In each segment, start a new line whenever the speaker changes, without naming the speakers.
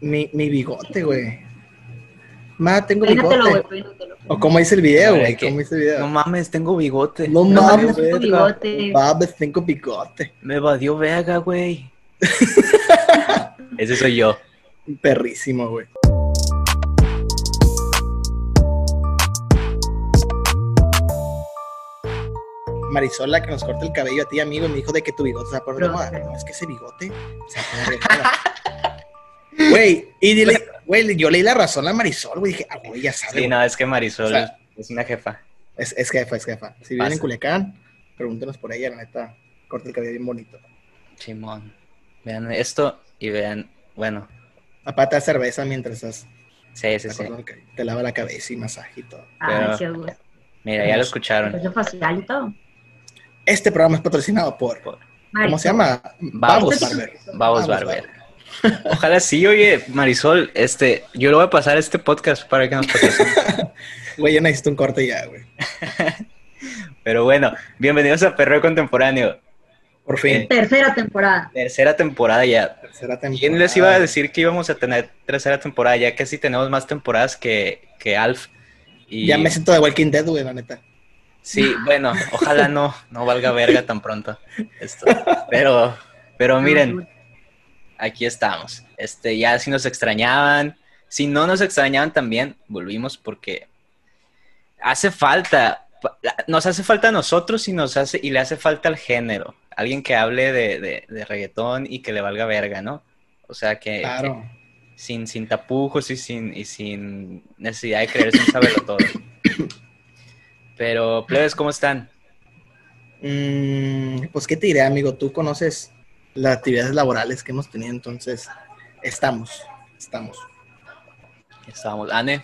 mi, mi bigote, güey. Ma, tengo
Peínatelo,
bigote.
güey, peínatelo.
O como dice el video,
Madre,
güey.
que-
Como dice el video.
No mames, tengo bigote.
No
No
mames,
mames, tu
verga.
bigote.
Babes, tengo bigote.
Me vadió verga, güey. Ese soy yo.
Perrísimo, güey. Marisol, la que nos corta el cabello a ti, amigo, me dijo de que tu bigote se va a poner de
No,
moda.
no.
No, es que ese bigote se va a poner de moda. Güey, y dile, güey, yo leí la razón a Marisol, güey, dije, ah, güey, ya sabe,
Sí,
güey.
no, es que Marisol
O sea-
es una jefa.
Es, es jefa, es jefa. Si viven en
Pasa.
Culiacán, pregúntenos por ella, la neta, corta el cabello bien bonito.
Simón. Vean esto y vean, bueno,
Aparte, haz cerveza mientras estás
sí, sí, sí.
cortando el cabello. te lava la cabeza y masaje y todo.
Ah, sí, güey. Pues
Mira, ya lo escucharon.
Eso facial y todo.
Este programa es patrocinado por. ¿Cómo se llama?
Babos.
Barber.
Vamos, Barber. Ojalá sí, oye, Marisol, este, yo le voy a pasar este podcast para que nos patrocine.
Güey, yo necesito un corte ya, güey.
Pero bueno, bienvenidos a Perro Contemporáneo.
Por fin.
Eh,
Tercera temporada.
Tercera temporada ya.
tercera temporada.
¿Quién les iba a decir que íbamos a tener tercera temporada? Ya casi tenemos más temporadas que, que Alf. Y
Ya me siento de Walking Dead, güey, la neta.
Sí, bueno, ojalá no, no valga verga tan pronto esto. Pero, pero miren, aquí estamos. Este, ya si nos extrañaban, si no nos extrañaban también, volvimos porque hace falta, pa- nos hace falta a nosotros y nos hace, y le hace falta al género. Alguien que hable de, de- de reggaetón y que le valga verga, ¿no? O sea que,
Claro.
que sin, sin tapujos y sin, y sin necesidad de creerse un saberlo todo. Pero, plebes, ¿cómo están?
Mm, pues, ¿qué te diré, amigo? Tú conoces las actividades laborales que hemos tenido, entonces estamos. Estamos.
Estábamos. Ane,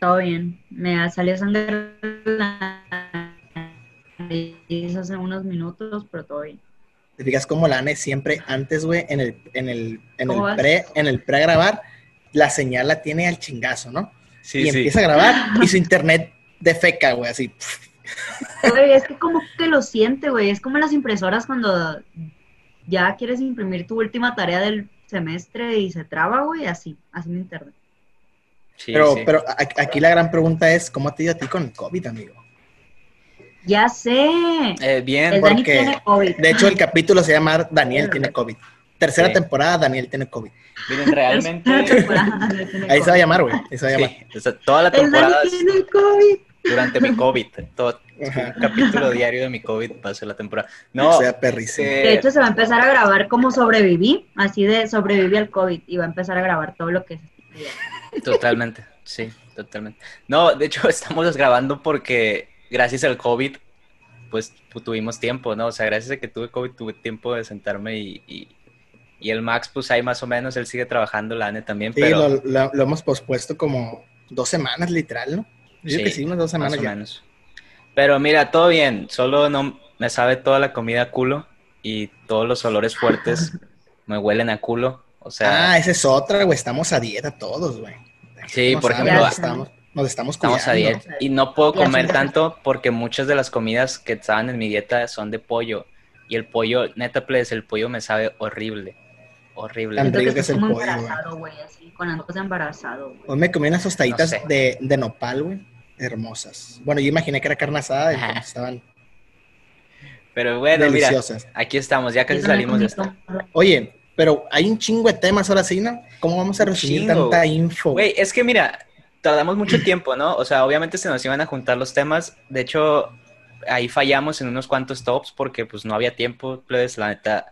Todo bien. Me ha salido sangre en la nariz hace unos minutos, pero todo bien.
Te fijas cómo la ANE siempre antes, güey, en el, en el, en
¿Cómo
el
vas?
pre, en el pre grabar, la señal la tiene al chingazo, ¿no?
sí,
y
sí.
empieza a grabar y su internet defeca, güey, así.
Güey, es que como que lo siente, güey. Es como las impresoras cuando ya quieres imprimir tu última tarea del semestre y se traba, güey. Así, así mi internet.
Sí,
pero,
sí.
pero a- aquí la gran pregunta es, ¿cómo te ha ido a ti con el COVID, amigo?
Ya sé.
Eh,
El
bien,
¿por
Dani
qué?
tiene COVID.
De hecho, el capítulo se llama Daniel tiene COVID. Tercera
Sí.
temporada, Daniel tiene COVID.
miren,
Tercera
realmente.
temporada, Dani tiene
Ahí se va a
COVID.
llamar, güey. Ahí se va a llamar.
sí, o sea, toda la
El Dani
temporada
tiene COVID.
durante mi COVID. Todo
Ajá.
un capítulo diario de mi COVID va a ser la temporada. No,
O Ah. sea, perrísimo.
eh,
De hecho, se va a empezar a grabar como sobreviví, así de sobreviví al COVID, y va a empezar a grabar todo lo que se
totalmente. Sí, totalmente. No, de hecho, estamos grabando porque gracias al COVID, pues tu- tuvimos tiempo, ¿no? O sea, gracias a que tuve COVID, tuve tiempo de sentarme y. y y el Max, pues ahí más o menos, él sigue trabajando, la Ane también,
Sí,
pero
lo, lo- lo hemos pospuesto como dos semanas, literal, ¿no? Yo
Sí,
creo que sí, unas dos
Más
semanas
o
ya.
menos. Pero mira, todo bien. Solo no me sabe toda la comida a culo y todos los olores fuertes me huelen a culo. O sea,
Ah, esa es otra, güey. Estamos a dieta todos, güey.
Sí,
No
por
saben,
ejemplo,
nos estamos, nos estamos cuidando.
estamos a dieta. Y no puedo
Ya
comer
sé.
tanto porque muchas de las comidas que estaban en mi dieta son de pollo. Y el pollo, neta, please, el pollo me sabe horrible. Horrible.
Tan
Siento
rico
que
que es
estoy
el
como
pollo, güey.
embarazado, güey, así, con antojos de embarazado, güey.
Hoy me comí unas tostaditas
No sé.
de, de nopal, güey. Hermosas. Bueno, yo imaginé que era carne asada, entonces estaban
Pero bueno, mira,
deliciosas.
aquí estamos. Ya casi
Yo también
salimos de
comí
esta.
todo.
Oye, pero hay un chingo de temas ahora sí, ¿no? ¿Cómo vamos a
Un
resumir
chingo,
tanta
güey.
info?
Güey, es que mira, tardamos mucho tiempo, ¿no? O sea, obviamente se nos iban a juntar los temas. De hecho, ahí fallamos en unos cuantos tops porque pues no había tiempo, plebes, la neta.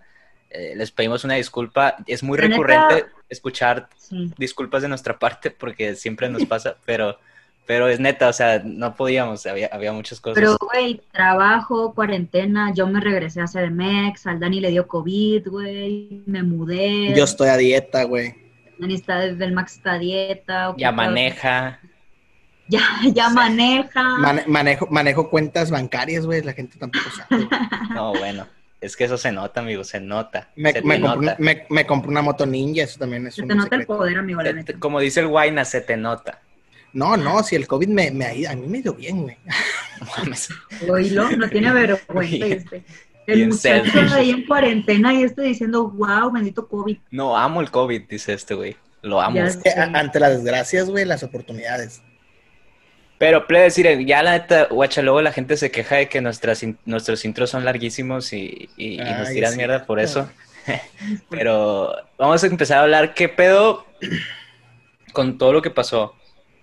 eh, les pedimos una disculpa. Es muy
La neta-
recurrente escuchar
Sí.
disculpas de nuestra parte porque siempre nos pasa, pero, pero es neta, o sea, no podíamos, había, había muchas cosas.
Pero, güey, trabajo, cuarentena, yo me regresé a CDMX, al Dani le dio COVID, güey, me mudé,
Yo estoy a dieta, güey.
Dani está, el Max está a dieta.
ya
ocupado.
maneja.
Ya, ya maneja.
Mane- manejo, manejo cuentas bancarias, güey. La gente tampoco sabe. güey.
No, bueno, es que eso se nota, amigo, se nota.
Me,
se te
me compré
nota.
una- me- me compré una moto ninja, eso también es
Se
un
te nota el
secreto.
poder, amigo, la
Se te-
neta.
como dice el Guayna, se te nota.
No, no, si el COVID me, me ha ido- a mí me dio bien, güey.
No mames.
Oílo, no tiene vergüenza,
Oye.
este. El muchacho ahí en cuarentena y este diciendo, wow, bendito COVID.
No, amo el COVID, dice este güey. Lo amo.
Ya
Es que a- ante las desgracias, güey, las oportunidades.
Pero, plebe, decir, ya la neta, guacha, luego la gente se queja de que nuestras in- nuestros intros son larguísimos y, y- y nos
Ay,
tiran
sí.
mierda por eso. Pero vamos a empezar a hablar qué pedo con todo lo que pasó.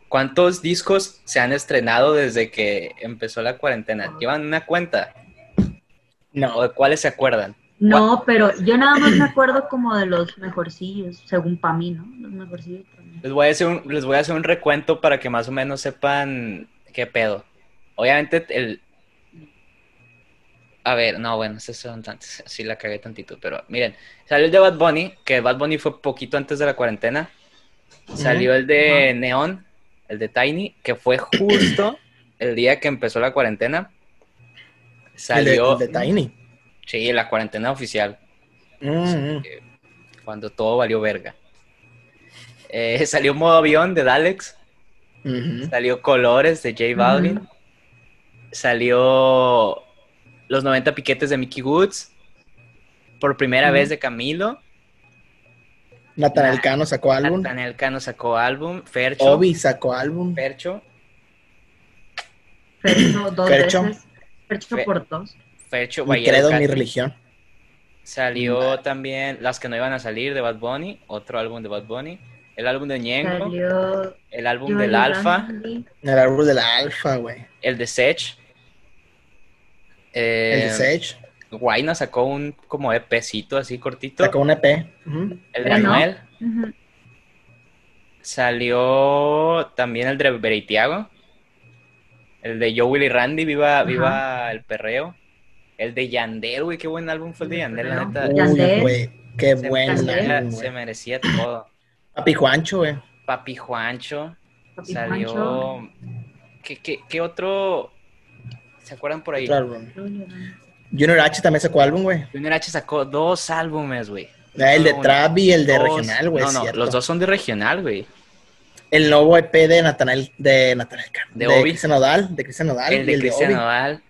¿Cuántos discos se han estrenado desde que empezó la cuarentena? ¿Llevan una cuenta? ¿O
No,
de cuáles se acuerdan?
No, pero yo nada más me acuerdo como de los mejorcillos, según para mí, ¿no? Los mejorcillos para mí.
Les voy, a hacer un, les voy a hacer un recuento para que más o menos sepan qué pedo. Obviamente el... A ver, no, bueno, esas son tantas. Sí la cagué tantito, pero miren. Salió el de Bad Bunny, que Bad Bunny fue poquito antes de la cuarentena. Salió el de Neon, el de Tiny, que fue justo el día que empezó la cuarentena.
el de,
Salió...
el de Tiny.
Sí, la cuarentena oficial
Mm, mm.
cuando todo valió verga. Eh, salió modo avión de Dalex,
Ujú.
salió Colores de J Balvin,
Ujú.
salió Los 90 Piquetes de Mickey Woods, por primera
Ujú.
vez de Camilo,
Natanael Cano sacó álbum.
Nathaniel Cano sacó álbum, Fercho,
Obi sacó álbum.
Fercho,
Fercho dos
Fercho.
veces. Fercho
Fe-
por dos.
Fercho,
Mi
Vallejo
credo,
Cat-
mi religión.
salió también Las que no iban a salir de Bad Bunny, otro álbum de Bad Bunny, el álbum de Ñengo,
Salió.
el álbum
Johnny
del Alfa,
Randy,
El árbol de la alfa, güey.
el de Sech.
El de
eh,
Sage.
Guayna sacó un como EPcito así cortito.
Sacó un EP. Ujú.
el de
Ah, ¿no?
Anuel.
ujú,
Salió también el de Beritiago. El de Yo Willy Randy, viva,
Ajá.
viva el perreo. El de Yandel, güey, qué buen álbum fue el de Yandel, la neta.
Ya
Uy,
sé.
güey. Qué
Se
buen
merecía-
álbum,
se
güey.
merecía todo.
Papi Juancho, güey.
Papi Juancho.
Papi Pancho,
Salió. ¿Qué, qué, qué otro? ¿Se acuerdan por ahí?
Otro álbum.
Julio Randy.
Junior H también sacó álbum, güey.
Junior H sacó dos álbumes, güey.
Ah, El de
Uno,
Trap y el de
dos-
Regional, güey.
No, no,
cierto.
los dos son de regional, güey.
El nuevo EP de Natanael, de Natanael Cano.
De
De,
Obi.
Cristian Nodal, de Cristian Nodal
el
y
de
el de
Cristian
Obi.
Nodal.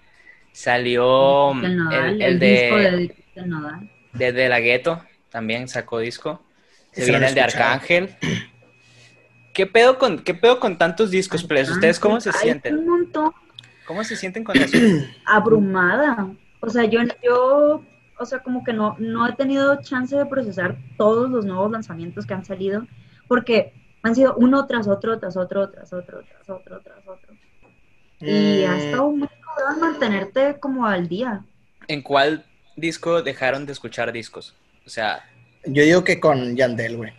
Salió
Cristian
mm,
Nodal,
el,
el
el
disco
de,
de Cristian Nodal.
de, de La Gueto, también sacó disco. Se
Ese no
viene
lo he
el de
escuchado.
Arcángel. ¿Qué pedo con, qué pedo con tantos discos, please? ¿Ustedes cómo se
Ah, Ay,
sienten?
Un montón.
¿Cómo se sienten con eso?
abrumada. O sea, yo, yo, o sea, como que no, no he tenido chance de procesar todos los nuevos lanzamientos que han salido, porque han sido uno tras otro, tras otro, tras otro, tras otro, tras otro. Y
Mm,
Eh,
ha estado muy cabrón mantenerte como al día.
¿En cuál disco dejaron de escuchar discos? O sea,
Mm, Yo digo que con Yandel, güey.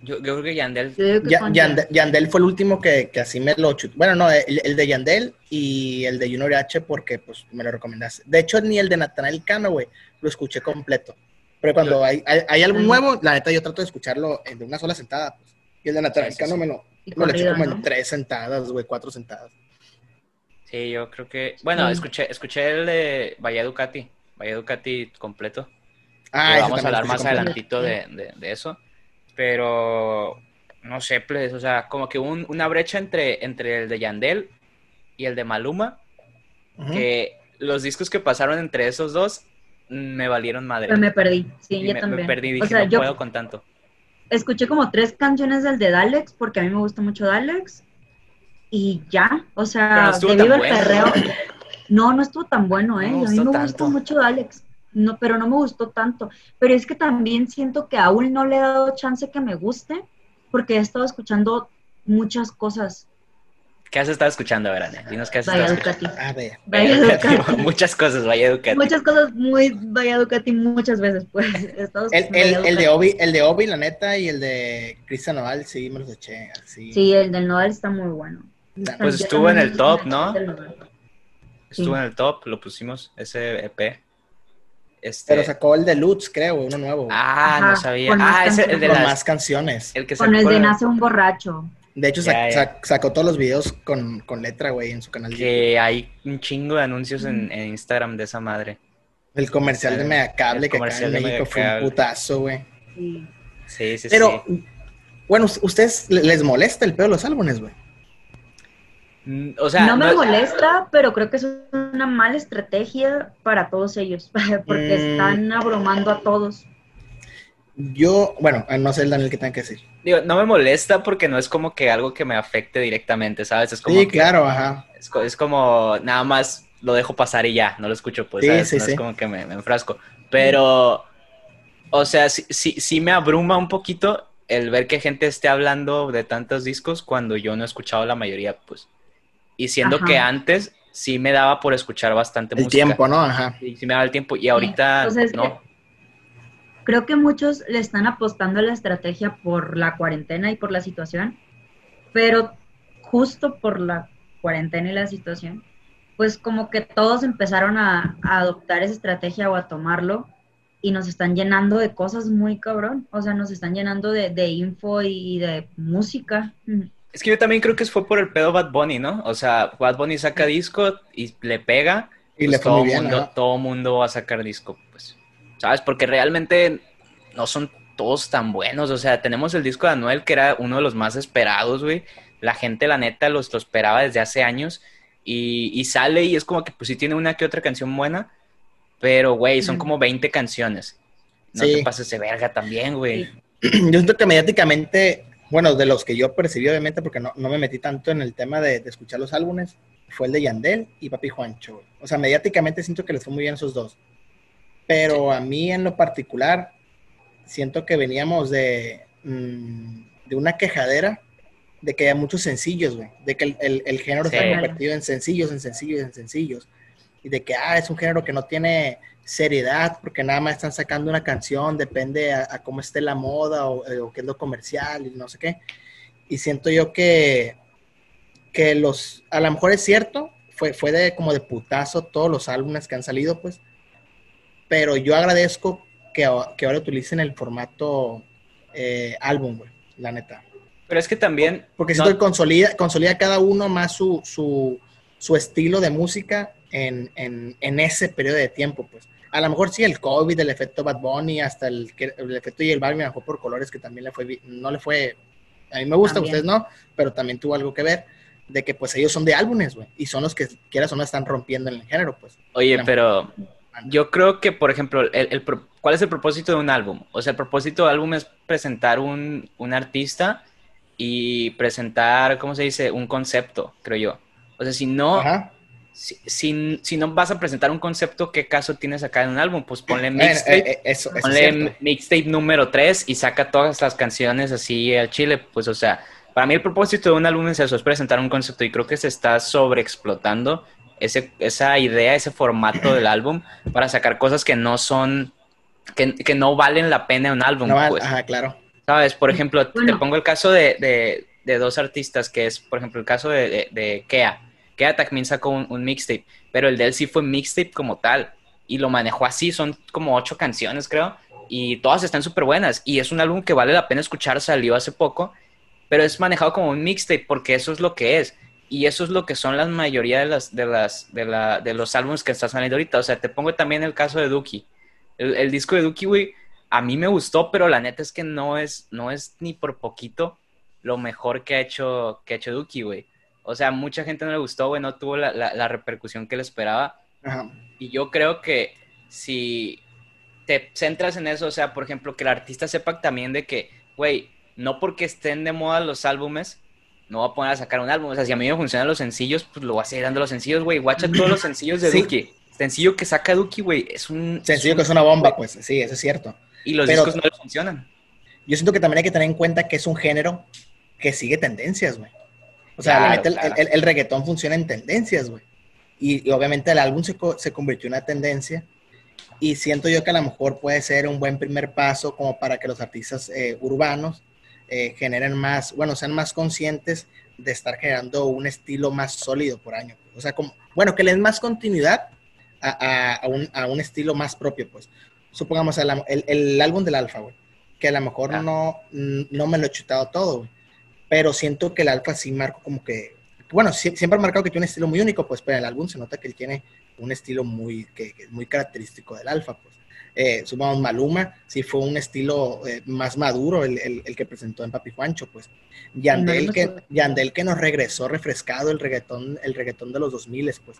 yo, yo creo que Yandel.
Yo digo que
Ya-
con-
Yandel, Yandel fue el último que, que así me lo chutó. Bueno, no, el, el de Yandel y el de Junior H porque pues me lo recomendaste. De hecho, ni el de Natanael Cano, güey, lo escuché completo. Pero cuando hay, hay, hay algo
Ay.
nuevo, la neta yo trato de escucharlo en de una sola sentada. Pues. Y el de Natanael
Sí, sí,
Cano
sí.
me lo,
y
me lo eché
corrido,
como
¿no?
en tres sentadas, güey, cuatro sentadas.
Sí, yo creo que. Bueno,
Mm.
Sí.
escuché, escuché el de Vaya Ducati. Vaya Ducati completo.
Ah,
Pero
ese
vamos a
también lo
hablar más
escuché completo.
adelantito de, de- de eso. Pero no sé, pues, o sea, como que un- una brecha entre, entre el de Yandel y el de Maluma,
Ujú.
que los discos que pasaron entre esos dos mm, me valieron madre.
Pero me perdí, sí,
Y
yo
me, me
también.
perdí, dije,
o sea,
no
yo
puedo con tanto.
escuché como tres canciones del de Dalex, porque a mí me gusta mucho Dalex, y ya, o
Pero no
sea,
estuvo
que
tan
viva el
bueno.
perreo. No, no estuvo tan bueno, ¿eh?
No me
a mí
gustó
me
tanto.
gusta mucho Dalex, no, pero no me gustó tanto. Pero es que también siento que aún no le he dado chance que me guste, porque he estado escuchando muchas cosas.
¿Qué has estado escuchando, Verane? Dinos qué has
Vaya
estado
Ducati.
A ver.
Vaya
escuchando.
Ducati.
Muchas cosas, Vaya Ducati.
Muchas cosas muy Vaya Ducati muchas veces, pues. He estado
El,
escuchando
el,
Vaya
el de
Ducati.
Obi, el de Obi, la neta, y el de Cristian Nodal, sí, me los eché así.
Sí, el del Nodal está muy bueno.
Pues
Yo
estuvo en
también
el top,
escuché
¿no?
del Nodal.
Estuvo en el top, lo pusimos, ese EP. Este...
Pero sacó el de Lutz, creo, uno nuevo. güey,
Ah, no
Ajá,
sabía.
con más
Ah, ese, el de
con
las...
más canciones.
El que
Con el
sacó
de
la-
Nace un borracho.
De hecho,
Ya,
sac-
ya.
sac- sacó todos los videos con, con letra, güey, en su canal. de
Que hay un chingo de anuncios en, en Instagram de esa madre.
El comercial de
El
Megacable que acá
comercial
en
de
México fue un
Megacable.
putazo, güey.
Sí.
Sí, sí,
Pero,
sí.
bueno, ¿ustedes le- les molesta el pedo de los álbumes, güey?
Mm, O sea,
no me molesta, pero creo que es una mala estrategia para todos ellos, porque
Mm.
están abrumando a todos.
Yo, bueno, a no sé el Daniel que tenga que decir.
digo, no me molesta porque no es como que algo que me afecte directamente, ¿sabes? Es como,
Sí,
que-
claro, ajá.
es, co- es como nada más lo dejo pasar y ya, no lo escucho, pues,
Sí,
¿sabes?
sí,
no
sí.
es como que me, me enfrasco. Pero, o sea, sí, sí, sí me abruma un poquito el ver que gente esté hablando de tantos discos cuando yo no he escuchado la mayoría, pues. Y siendo
Ajá.
que antes sí me daba por escuchar bastante
El
música.
tiempo, ¿no? Ajá.
Sí, sí me daba el tiempo y ahorita
O sea, es que-
no.
Creo que muchos le están apostando a la estrategia por la cuarentena y por la situación, pero justo por la cuarentena y la situación, pues como que todos empezaron a, a adoptar esa estrategia o a tomarlo y nos están llenando de cosas muy cabrón, o sea, nos están llenando de, de info y de música.
Es que yo también creo que fue por el pedo Bad Bunny, ¿no? O sea, Bad Bunny saca disco y le pega.
Y
pues
le fue
todo
muy bien,
mundo,
ajá.
todo mundo va a sacar disco, pues. ¿Sabes? Porque realmente no son todos tan buenos. O sea, tenemos el disco de Anuel, que era uno de los más esperados, güey. La gente, la neta, los, lo esperaba desde hace años. Y, y sale y es como que, pues sí tiene una que otra canción buena. Pero, güey, son
Ujú.
como 20 canciones. No
Sí.
te pases de verga también, güey.
Sí.
Yo siento que mediáticamente, bueno, de los que yo percibí, obviamente, porque no, no me metí tanto en el tema de, de escuchar los álbumes, fue el de Yandel y Papi Juancho. güey. O sea, mediáticamente siento que les fue muy bien esos dos. Pero a mí en lo particular, siento que veníamos de, mm, de una quejadera de que hay muchos sencillos, güey. De que el, el- el género se
Sí.
ha convertido en sencillos, en sencillos, en sencillos. Y de que, ah, es un género que no tiene seriedad porque nada más están sacando una canción, depende a, a cómo esté la moda o, eh, o qué es lo comercial y no sé qué. Y siento yo que, que los, a lo mejor es cierto, fue, fue de como de putazo todos los álbumes que han salido, pues. Pero yo agradezco que, a- que ahora utilicen el formato eh, álbum, güey, la neta.
Pero es que también.
Porque
no-
siento que consolida, consolida cada uno más su, su, su estilo de música en, en, en ese periodo de tiempo, pues. A lo mejor sí el COVID, el efecto Bad Bunny, hasta el, que- el efecto y el Balvin bajó por colores que también le fue, bi- no le fue, a mí me gusta,
También.
ustedes no, pero también tuvo algo que ver de que pues ellos son de álbumes, güey, y son los que quieras o no están rompiendo en el género, pues.
Oye,
Era-
pero yo creo que, por ejemplo, el, el pro- ¿cuál es el propósito de un álbum? O sea, el propósito del álbum es presentar un, un artista y presentar, ¿cómo se dice? Un concepto, creo yo. O sea, si no,
Ajá.
si, si- si no vas a presentar un concepto, ¿qué caso tienes acá en un álbum? Pues ponle
Bueno,
mixtape,
eh, eh, eso, eso es
ponle
cierto.
mixtape número 3 y saca todas las canciones así al chile. Pues, o sea, para mí el propósito de un álbum es eso, es presentar un concepto y creo que se está sobreexplotando ese, esa idea, ese formato del álbum para sacar cosas que no son, que, que no valen la pena en un álbum.
No,
pues.
Ajá, claro.
¿Sabes? Por ejemplo, te-
Bueno.
te pongo el caso de, de- de dos artistas, que es, por ejemplo, el caso de, de, de Kea. Kea también sacó un, un mixtape, pero el de él sí fue mixtape como tal. Y lo manejó así, son como ocho canciones, creo. Y todas están súper buenas. Y es un álbum que vale la pena escuchar, salió hace poco. Pero es manejado como un mixtape porque eso es lo que es. Y eso es lo que son la mayoría de, las, de, las, de, la, de los álbumes que están saliendo ahorita. O sea, te pongo también el caso de Duki. El, el disco de Duki, güey, a mí me gustó, pero la neta es que no es, no es ni por poquito lo mejor que ha hecho, que ha hecho Duki, güey. O sea, mucha gente no le gustó, güey, no tuvo la, la- la repercusión que le esperaba.
Ajá.
Y yo creo que si te centras en eso, o sea, por ejemplo, que el artista sepa también de que, güey, no porque estén de moda los álbumes, no va a poner a sacar un álbum. O sea, si a mí me funcionan los sencillos, pues lo voy a seguir dando los sencillos, güey. Guacha todos los sencillos de
Sí.
Duki. Sencillo que saca Duki, güey, es un... es
Sencillo
un-
que es una bomba, pues, sí, eso es cierto.
Y los
pero-
discos no le funcionan.
yo siento que también hay que tener en cuenta que es un género que sigue tendencias, güey. O sea, la
Claro,
neta, el-
claro.
el, el reggaetón funciona en tendencias, güey. Y, y obviamente el álbum se, co- se convirtió en una tendencia. Y siento yo que a lo mejor puede ser un buen primer paso como para que los artistas eh, urbanos eh, generen más, bueno, sean más conscientes de estar generando un estilo más sólido por año. O sea, como, bueno, que le den más continuidad a, a- a un, a un estilo más propio, pues. Supongamos el, el- el álbum del Alfa, güey, que a lo mejor
Ah.
no, no me lo he chutado todo, güey. Pero siento que el Alfa sí marcó como que, bueno, sie- siempre ha marcado que tiene un estilo muy único, pues, pero en el álbum se nota que él tiene un estilo muy, que, que es muy característico del Alfa, pues. eh, sumamos Maluma, sí fue un estilo eh, más maduro el, el, el, que presentó en Papi Juancho, pues. Yandel, no, no, no, que, Yandel que nos regresó refrescado el reggaetón, el reggaetón de los 2000, pues.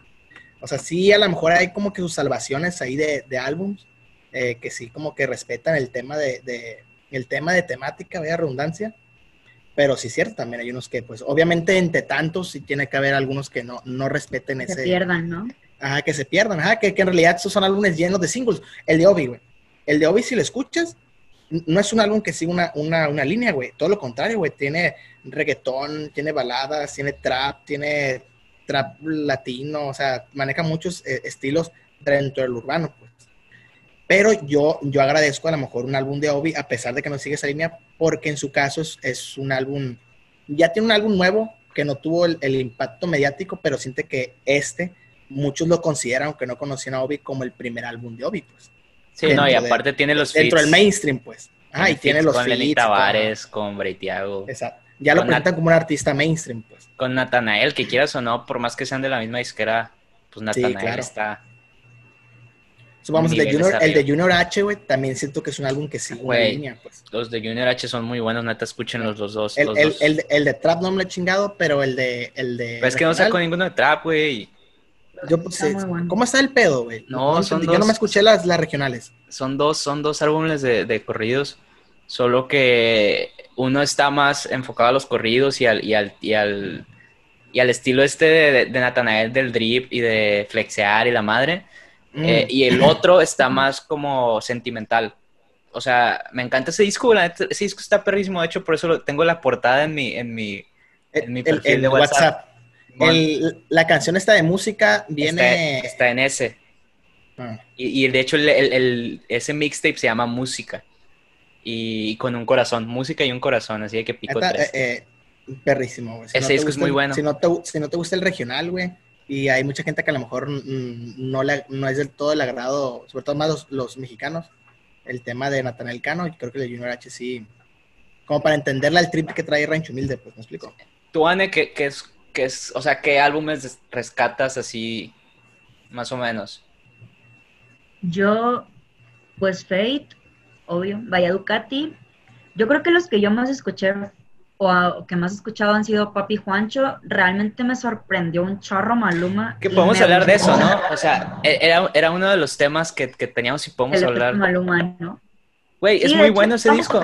O sea, sí, a lo mejor hay como que sus salvaciones ahí de, de álbums, eh, que sí como que respetan el tema de, de el tema de temática, vaya redundancia, pero sí es cierto, también hay unos que, pues, obviamente entre tantos sí tiene que haber algunos que no, no respeten
que
ese...
Se pierdan, ¿no?
Ajá, que se pierdan, ajá, que, que en realidad esos son álbumes llenos de singles. El de Obi, güey. El de Obi, si lo escuchas, no es un álbum que siga una, una, una línea, güey. Todo lo contrario, güey. Tiene reggaetón, tiene baladas, tiene trap, tiene trap latino, o sea, maneja muchos eh, estilos dentro del urbano, pues. Pero yo, yo agradezco a lo mejor un álbum de Obi, a pesar de que no sigue esa línea, porque en su caso es, es un álbum, ya tiene un álbum nuevo que no tuvo el, el, impacto mediático, pero siente que este, muchos lo consideran, aunque no conocían a Obi, como el primer álbum de Obi, pues.
Sí, dentro no, y aparte de, tiene los
Dentro feeds, del mainstream, pues.
Ah, y tiene los Con Lenny Tavares, con Breitiago.
Exacto. Ya lo presentan como un artista mainstream, pues.
Con Natanael, que quieras o no, por más que sean de la misma disquera, pues Natanael sí, claro. está
Supongamos el, el de Junior, H, güey, también siento que es un álbum que sigue
una línea, pues. Los de Junior H son muy buenos, neta, escuchen los, los dos.
El,
los
el,
dos.
el, el, de Trap no me lo he chingado, pero el de... El de
pero es que no sacó ninguno de Trap, güey.
Yo, pues, está bueno. ¿Cómo está el pedo, güey?
No,
no
son
Yo dos, no me escuché las, las regionales.
Son dos, son dos álbumes de, de, corridos, solo que uno está más enfocado a los corridos y al... Y al, y al, y al estilo este de, de Natanael del drip y de flexear y la madre, eh, mm. y el otro está más como sentimental. O sea, me encanta ese disco, la neta, ese disco está perrísimo, de hecho, por eso lo, tengo la portada en mi, en mi, en mi perfil el, el de WhatsApp.
WhatsApp. El, la canción esta de música viene...
Está, está en ese. Ah. Y, y, de hecho, ese mixtape se llama Música. Y con un corazón, música y un corazón, así de que pico
esta, tres. Eh, eh, perrísimo, güey.
Si ese no disco es muy bueno.
Si no, te, si no te gusta el regional, güey, y hay mucha gente que a lo mejor no, la, no es del todo el agrado, sobre todo más los, los mexicanos, el tema de Natanael Cano, y creo que el Junior H sí, como para entenderla el trip que trae Rancho Humilde, pues me explico.
Tú, Anne, ¿qué, qué es, qué es, o sea, qué álbumes rescatas así, más o menos?
Yo, pues Fate, obvio, Vaya Ducati, yo creo que los que yo más escuché o, a, o, que más he escuchado han sido Papi Juancho, realmente me sorprendió un charro Maluma.
Que podemos hablar de eso, ¿no? O sea, e-, era, era uno de los temas que, que teníamos y podemos
el
hablar.
Maluma, ¿no?
Güey, sí, es muy hecho, bueno ese disco.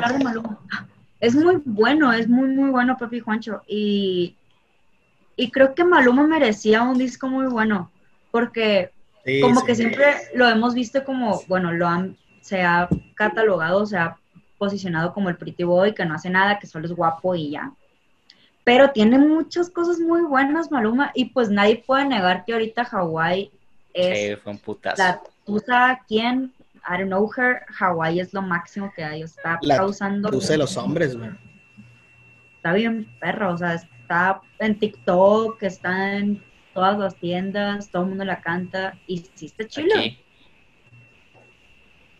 Es muy bueno, es muy, muy bueno Papi Juancho. Y, y creo que Maluma merecía un disco muy bueno, porque sí, como sí, que siempre lo hemos visto como, bueno, lo han, se ha catalogado, o sea, posicionado como el pretty boy que no hace nada, que solo es guapo y ya. Pero tiene muchas cosas muy buenas, Maluma, y pues nadie puede negar que ahorita Hawái es
sí, fue un putazo.
la tusa, ¿quién? I don't know her, Hawái es lo máximo que hay, está
la
causando...
tusa de los hombres, güey.
Está bien perro, o sea, está en TikTok, está en todas las tiendas, todo el mundo la canta, y sí está chido. Okay.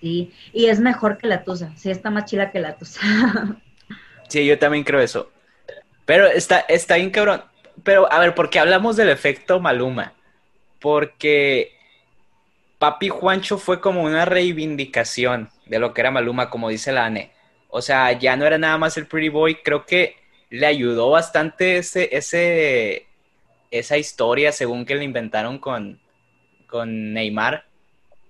Sí, y es mejor que la Tusa, sí está más chila que la Tusa.
Sí, yo también creo eso. Pero está, está bien cabrón. Pero a ver, porque hablamos del efecto Maluma. Porque Papi Juancho fue como una reivindicación de lo que era Maluma, como dice la ANE. O sea, ya no era nada más el Pretty Boy. Creo que le ayudó bastante ese, ese, esa historia, según que le inventaron con, con Neymar.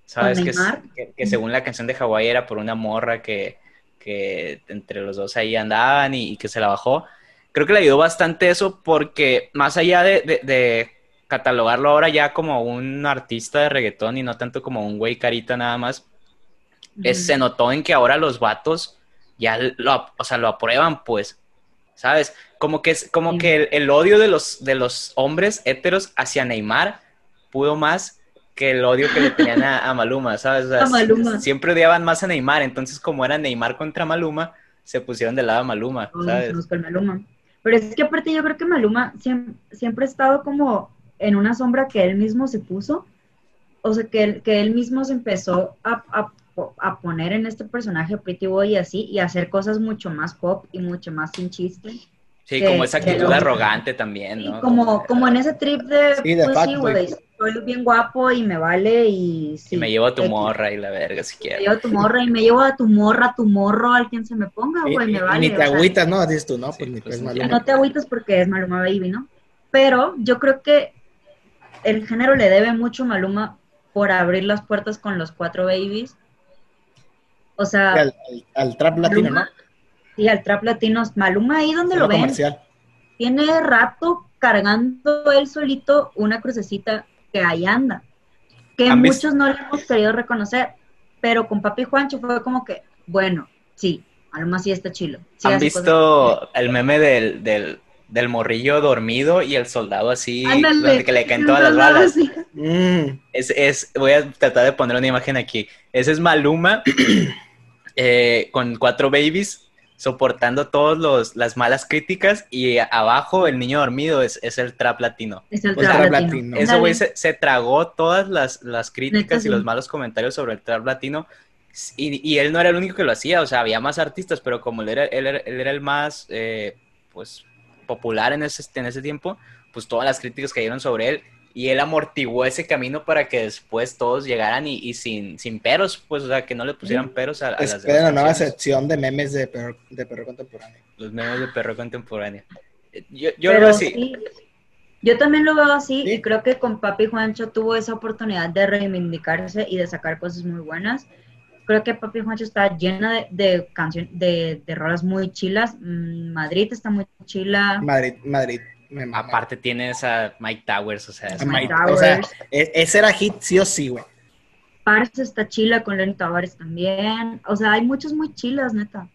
¿Sabes? Que, que, que, según la canción de Hawái era por una morra que, que, entre los dos ahí andaban y, y, que se la bajó. Creo que le ayudó bastante eso porque más allá de, de, de, catalogarlo ahora ya como un artista de reggaetón y no tanto como un güey carita nada más, uh -huh. es, se notó en que ahora los vatos ya lo, o sea, lo aprueban pues. ¿Sabes? Como que, es, como sí. que el, el, odio de los, de los hombres héteros hacia Neymar pudo más que el odio que le tenían a, a Maluma, ¿sabes? O sea,
a Maluma.
Siempre odiaban más a Neymar, entonces como era Neymar contra Maluma, se pusieron de lado a Maluma, ¿sabes?
No, el Maluma. Pero es que aparte yo creo que Maluma siempre, siempre, ha estado como en una sombra que él mismo se puso, o sea, que él, que él mismo se empezó a, a, a poner en este personaje Pretty Boy y así, y hacer cosas mucho más pop y mucho más sin chiste.
Sí, como esa actitud pero, arrogante también, ¿no?
Sí, como, como en ese trip de,
Sí, de
pues sí,
fuckboy.
güey, soy bien guapo y me vale y sí.
Y me llevo a tu
X.
morra y la verga si
Me
quiero.
llevo a tu morra y me llevo a tu morra, a tu morro, al quien se me ponga,
Y,
Ah, güey,
y-
me
y
vale.
ni
o
te
sea,
agüitas, ¿no? Dices tú, no,
Sí,
pues ni
pues,
pues,
sí.
malo.
no te agüitas porque es Maluma Baby, ¿no? Pero yo creo que el género le debe mucho a Maluma por abrir las puertas con los cuatro babies. O sea,
Al, al- al trap latino, ¿no?
Maluma, sí, al trap latino. Maluma ahí donde
Solo
lo ven,
comercial.
tiene rato cargando él solito una crucecita que ahí anda, que
¿Han
muchos
visto?
no le hemos querido reconocer, pero con Papi Juancho fue como que, bueno, sí, Maluma sí está chilo. sí
¿Han
hace cosas
visto el meme del, del, del morrillo dormido y el soldado así,
Ándale,
donde que le caen
un
todas las
soldado
balas?
así.
Mm,
Es, es, voy a tratar de poner una imagen aquí. Ese es Maluma eh, con cuatro babies soportando todas las malas críticas y abajo el niño dormido es, es el trap latino.
Es el
Pues
trap
trap
latino.
latino.
Ese
Ándale.
güey se, se tragó todas las, las críticas
Neta,
y los
sí.
malos comentarios sobre el trap latino. Y, y él no era el único que lo hacía, o sea, había más artistas, pero como él era, él era, él era el más eh, pues, popular en ese, en ese tiempo, pues todas las críticas cayeron sobre él y él amortiguó ese camino para que después todos llegaran y, y sin, sin peros, pues, o sea, que no le pusieran peros a, a las
espera la
demás
nueva
canciones.
sección de memes de perro, de perro contemporáneo.
Los memes de perro contemporáneo. Eh, Yo, yo lo
Pero
veo así.
sí, Yo también lo veo así
Sí.
y creo que con Papi Juancho tuvo esa oportunidad de reivindicarse y de sacar cosas muy buenas. Creo que Papi Juancho está llena de, de canciones, de, de rolas muy chilas. Mm, Madrid está muy chila.
Madrid, Madrid. Me mama.
Aparte tienes a Mike Towers, o sea, es
A
My
Mike- o sea,
Towers.
e- ese era hit sí o sí, güey.
Parce está chila con Lenny Tavares también. O sea, hay muchas muy chilas, neta.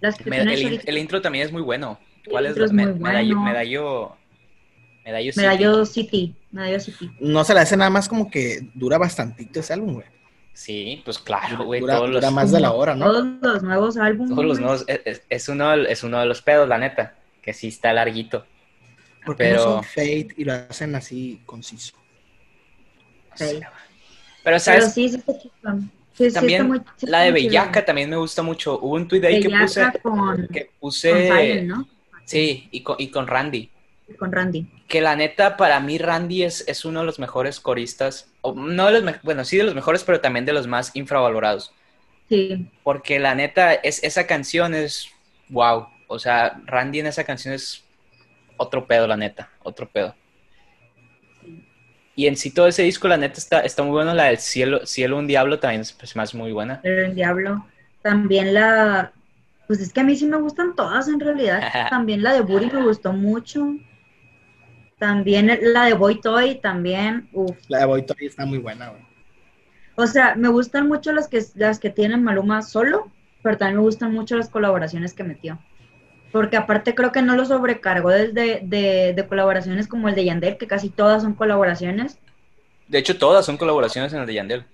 Las que
Me-
tiene
el, in-
Shorty-
el intro también es muy bueno.
El
¿Cuál es?
intro
la-
es
me-
muy
medallo,
bueno.
medallo. Medallo. City.
Medallo City. Medallo City.
No se la hace nada más como que dura bastantito ese álbum, güey.
Sí, pues claro, güey.
Dura,
Todos, los,
dura más de la hora, ¿no?
Todos los nuevos álbumes.
todos los nuevos. Es, es- es uno, del- es uno de los pedos, la neta. Que sí está larguito.
Porque
pero-
no son Fate y lo hacen así conciso. Sí.
Pero,
Pero
¿sabes?
sí, sí está chila. Sí, sí
También
está muy- sí
la
está
de
muy chila.
Bellaca también me gusta mucho. Hubo un tweet ahí que
Bellaca
puse.
con,
Que
con
puse.
Silent, ¿no?
Sí, y con, y con Randy.
Con Randy.
Que la neta, para mí, Randy es, es uno de los mejores coristas. o no de los me- bueno, sí de los mejores, pero también de los más infravalorados.
Sí,
Porque la neta, es, esa canción es wow. O sea, Randy en esa canción es otro pedo, la neta, otro pedo. Y en sí todo ese disco, la neta, está, está muy bueno. La del Cielo, Cielo un Diablo también es pues, más muy buena.
el diablo. También la... Pues es que a mí sí me gustan todas en realidad. También la de Buri me gustó mucho. También la de Boy Toy, también. Uf.
La de Boy Toy está muy buena, güey.
O sea, me gustan mucho las que, las que tienen Maluma solo, pero también me gustan mucho las colaboraciones que metió. Porque aparte creo que no lo sobrecargó desde de, de colaboraciones como el de Yandel, que casi todas son colaboraciones.
De hecho, todas son colaboraciones en el de Yandel.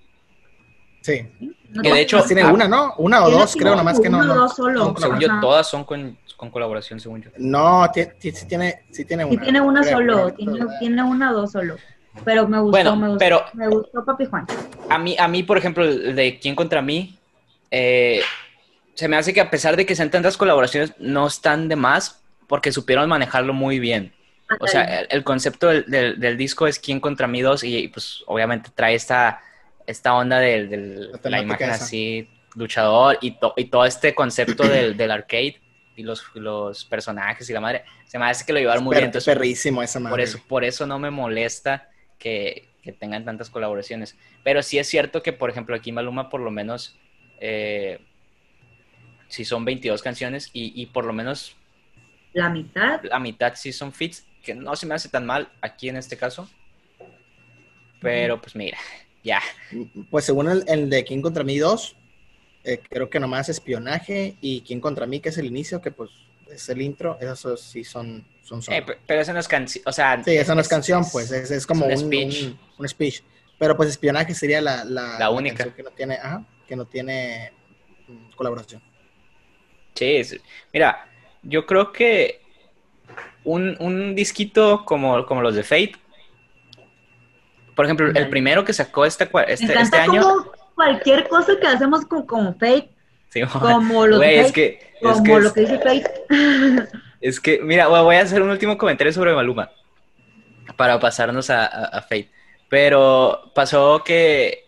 Sí.
No
Que de
todas-
hecho,
Más tiene
ah,
una, ¿no? Una o
Tiene
dos,
como
creo, nomás que no.
uno o
no-
dos solo.
no,
Según
Ajá.
yo, todas son con, con colaboración, según yo.
No, ti- ti- sí tiene, sí tiene una.
Sí, tiene una
creo,
solo,
creo,
tiene,
creo, ¿verdad?
tiene una dos solo. Pero me gustó,
Bueno,
me gustó.
pero-
Me gustó Papi Juan.
A mí, a mí, por ejemplo, el de Quién contra mí, eh, se me hace que a pesar de que sean tantas colaboraciones, no están de más porque supieron manejarlo muy bien. O sea, el, el concepto del, del- del disco es quién contra mí dos y, y, pues obviamente trae esta, esta onda del- del-
La
de la
temática
imagen
esa.
así, luchador y, to- y todo este concepto del, del arcade y los, los personajes y la madre. Se me hace que lo llevaron muy
Per-
bien. Entonces,
perrísimo esa madre.
por eso, por eso no me molesta que, que tengan tantas colaboraciones. Pero sí es cierto que, por ejemplo, aquí Maluma, por lo menos, eh, si son 22 canciones y, y por lo menos
la mitad.
la mitad sí son fits, que no se me hace tan mal aquí en este caso. Pero pues mira, ya.
Pues según el, el de Quién contra mí 2, eh, creo que nomás espionaje y Quién contra mí, que es el inicio, que pues es el intro, esos sí son son solo.
Eh, pe- pero eso no es canción, o sea...
Sí, esa no es, canción,
es-
pues es, es como
un
un,
speech.
un- un speech. Pero pues espionaje sería la, la,
La única.
canción que no tiene, ajá, que no tiene mm, colaboración.
Sí, es- mira, yo creo que un, un disquito como, como los de Fate, por ejemplo, el
Ándale.
primero que sacó este, cua-
Me
este, este
encanta
año,
como cualquier cosa que hacemos con, con Fate,
Sí,
como los
güey,
de
es
Fate,
que, es
como
que
lo
es-
que dice Fate.
Es que, mira, voy a hacer un último comentario sobre Maluma para pasarnos a, a, a Fate. Pero pasó que.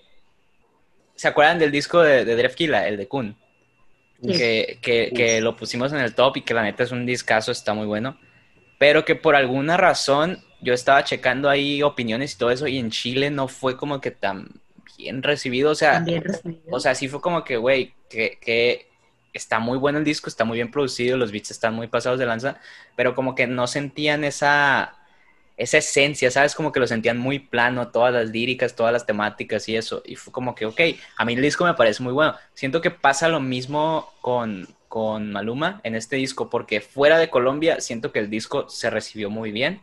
¿Se acuerdan del disco de, de Dref Killa, el de Kun?
Sí.
Que, que- que lo pusimos en el top y que la neta es un discazo, está muy bueno. Pero que por alguna razón yo estaba checando ahí opiniones y todo eso, y en Chile no fue como que tan bien recibido. O sea,
También recibido.
o sea, sí fue como que, güey, que, que está muy bueno el disco, está muy bien producido, los beats están muy pasados de lanza, pero como que no sentían esa, esa esencia, ¿sabes? Como que lo sentían muy plano, todas las líricas, todas las temáticas y eso. Y fue como que, ok, a mí el disco me parece muy bueno. Siento que pasa lo mismo con, con Maluma en este disco, porque fuera de Colombia siento que el disco se recibió muy bien.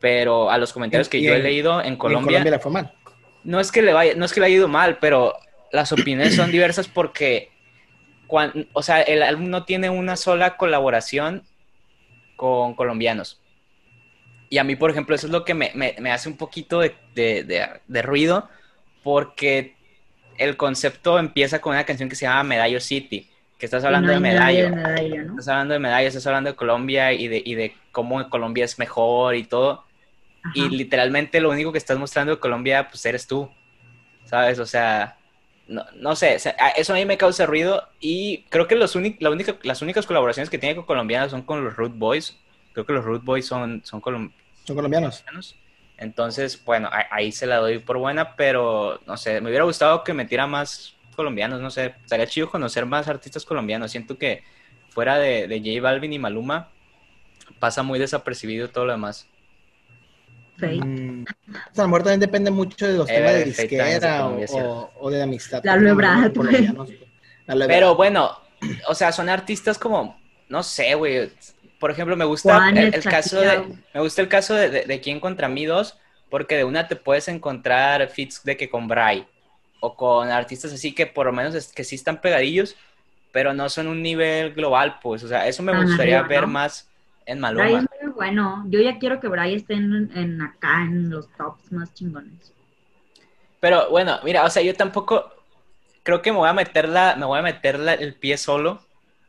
Pero a los comentarios que
Y
yo he
en-
leído en
En
Colombia,
Colombia la fue mal.
no es que le vaya, no es que le haya ido mal, pero las opiniones son diversas porque cuan- o sea, el álbum no tiene una sola colaboración con colombianos. Y a mí, por ejemplo, eso es lo que me, me- me hace un poquito de, de- de- de ruido, porque el concepto empieza con una canción que se llama Medallo City, que estás hablando
No
de
hay nadie de
medallo,
medallo, ¿no?
estás hablando de medallo, estás hablando de Colombia y de, y de cómo Colombia es mejor y todo
Ajá.
y literalmente lo único que estás mostrando de Colombia, pues eres tú, ¿sabes? O sea, no, no sé, o sea, a- eso a mí me causa ruido y creo que los únic- la única, las únicas colaboraciones que tiene con colombianos son con los Root Boys, creo que los Root Boys son, son colombianos,
Son colombianos.
entonces, bueno, a- ahí se la doy por buena, pero no sé, me hubiera gustado que metiera más colombianos, no sé, estaría chido conocer más artistas colombianos, siento que fuera de, de J Balvin y Maluma pasa muy desapercibido todo lo demás.
Fate.
Mm, o sea, a lo mejor también depende mucho de los
Eh,
temas de
Fate también es de
disquera o,
Colombia, cierto.
o- o de amistad.
La Lue
Con
Brad, güey.
colombianos, güey. La Lue
Pero
Brad.
bueno, o sea, son artistas como, no sé, güey. Por ejemplo, me gusta
Juanes,
el, el caso de,
Shakira.
me gusta el caso de, de, de quién contra mí dos, porque de una te puedes encontrar fits de que con Bray o con artistas así que por lo menos es- que sí están pegadillos, pero no son un nivel global, pues. O sea, eso me
Tan
gustaría
arriba,
ver
¿no?
más en
Bray
Maluma.
es muy bueno. Yo ya quiero que Bray esté en, en acá, en los tops más chingones.
Pero bueno, mira, o sea, yo tampoco creo que me voy a meter la, me voy a meter la- el pie solo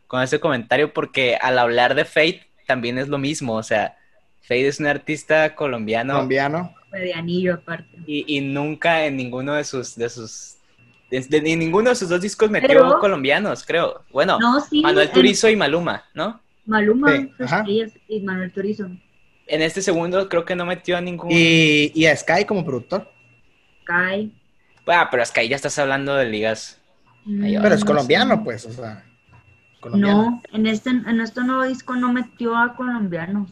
con ese comentario porque al hablar de Fate también es lo mismo, o sea, Fate es un artista colombiano
colombiano.
Medianillo aparte.
y, y nunca en ninguno de sus de sus de- de- en ninguno de sus dos discos metió
Pero-
colombianos, creo. Bueno,
No, sí.
Manuel
en-
Turizo y Maluma, ¿no?
Maluma. pues,
Sí, ajá.
sí, es- y Manuel Turizo.
En este segundo creo que no metió a ningún
Y, y a Sky como productor.
Kai.
Ah, pero es que ahí ya estás hablando de ligas. Ahí va.
Pero es
Mm,
colombiano,
sí.
pues, o sea. Colombiano.
No, en este, en este nuevo disco no metió a colombianos.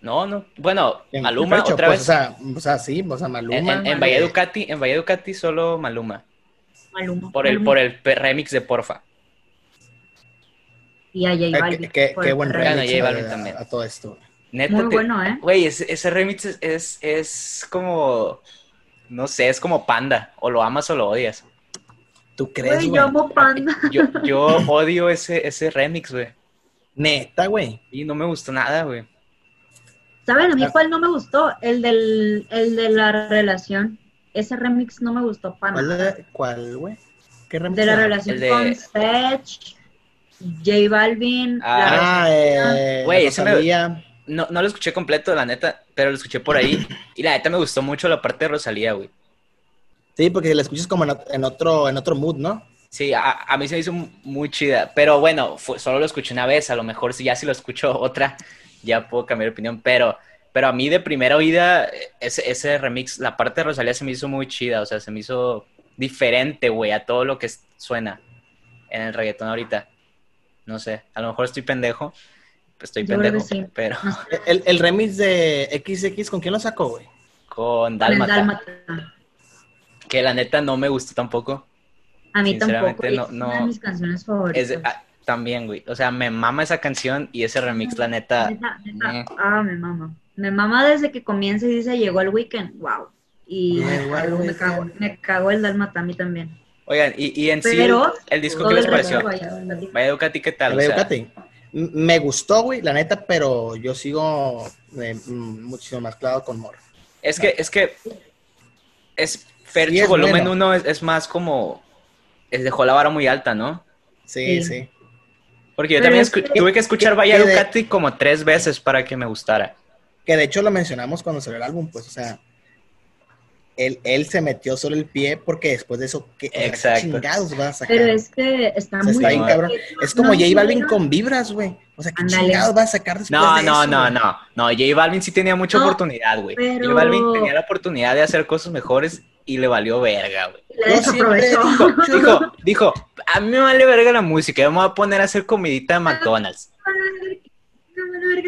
No, no. Bueno,
En-
Maluma
en pecho,
otra
pues,
vez.
O sea, o sea, sí, o sea, Maluma. eh,
en, en, en Valle Ducati, en Valle Ducati solo Maluma.
Maluma.
Por el,
Maluma.
por el pe- remix de Porfa.
Y a J
Eh,
Balvin,
qué- qué,
por
qué
el
buen
perreo.
Bueno,
remix
J
a-
Balvin
a-
también.
a todo esto.
Neta,
Muy
te-
bueno, ¿eh?
Güey, ese, ese remix es, es, es como. No sé, es como panda. O lo amas o lo odias.
¿Tú crees,
Güey,
güey?
yo amo Panda.
Yo, yo odio ese, ese remix, güey.
Neta, güey.
Y no me gustó nada, güey.
¿Saben a mí
Ah.
cuál no me gustó? El del el de la relación. Ese remix no me gustó para
¿Cuál,
nada.
era- cuál, güey? ¿Qué remix
De la
era?
relación
El de-
con Sech, J Balvin. la-
Ah, eh.
Güey,
la
ese me-
Rosalía.
No, no lo escuché completo, la neta, pero lo escuché por ahí. Y la neta me gustó mucho la parte de Rosalía, güey.
Sí, porque la escuchas como en, ot- en otro, en otro mood, ¿no?
Sí, a, a mí se me hizo muy chida, pero bueno, fue- solo lo escuché una vez, a lo mejor si ya si lo escucho otra, ya puedo cambiar de opinión, pero, pero a mí de primera oída, eh, ese, ese remix, la parte de Rosalía se me hizo muy chida, o sea, se me hizo diferente, güey, a todo lo que s- suena en el reggaetón ahorita. No sé, a lo mejor estoy pendejo, pues estoy
Yo creo
pendejo,
que sí.
pero
El, el remix de XX, ¿con quién lo sacó, güey?
con
con el
Dálmata,
Dálmata.
que la neta no me gustó tampoco.
A mí
Sinceramente,
tampoco. y
no-
es una
no.
de mis canciones favoritas.
Es, ah, también, güey, o sea, me mama esa canción y ese remix, la neta...
Neta, neta,
meh.
Ah, me mama. Me mama desde que comienza y dice llegó el weekend. Wow. Y
Llegó el
me cago,
weekend.
me cago el Dálmata a mí también.
Oigan, y, y en sí, el,
Pero,
el disco
Todo
que
el
les
resto
pareció.
de Guayabo.
Vaya Ducati, ¿qué tal?
El
O sea,
de Ducati. M- Me gustó, güey, la neta, pero yo sigo eh, mm, muchísimo más claro con Mor.
es que, es que, es Fercho
Sí, es
volumen
bueno.
eh, 1 es, es más como, es dejó la vara muy alta, ¿no?
Sí, sí.
Sí.
Porque yo también escu- tuve que escuchar Vaya Ducati como tres veces para que me gustara.
Que de hecho lo mencionamos cuando salió el álbum, pues, o sea, él, él se metió solo el pie porque después de eso, ¿qué, o sea, ¿qué
Exacto.
chingados vas a sacar?
Pero es que está
O sea,
muy
está bien
no,
cabrón. Es como
no
J Balvin
hubiera-
con vibras, güey. O sea, ¿qué
Ándale.
chingados vas a sacar después
No,
de
no,
eso?
no, no. No, J Balvin sí tenía mucha
No,
oportunidad, güey.
pero-
J Balvin tenía la oportunidad de hacer cosas mejores y le valió verga, güey.
La
Yo siempre digo,
desaprovechó.
Dijo, dijo, a mí me vale verga la música, yo me voy a poner a hacer comidita de McDonald's.
Eh,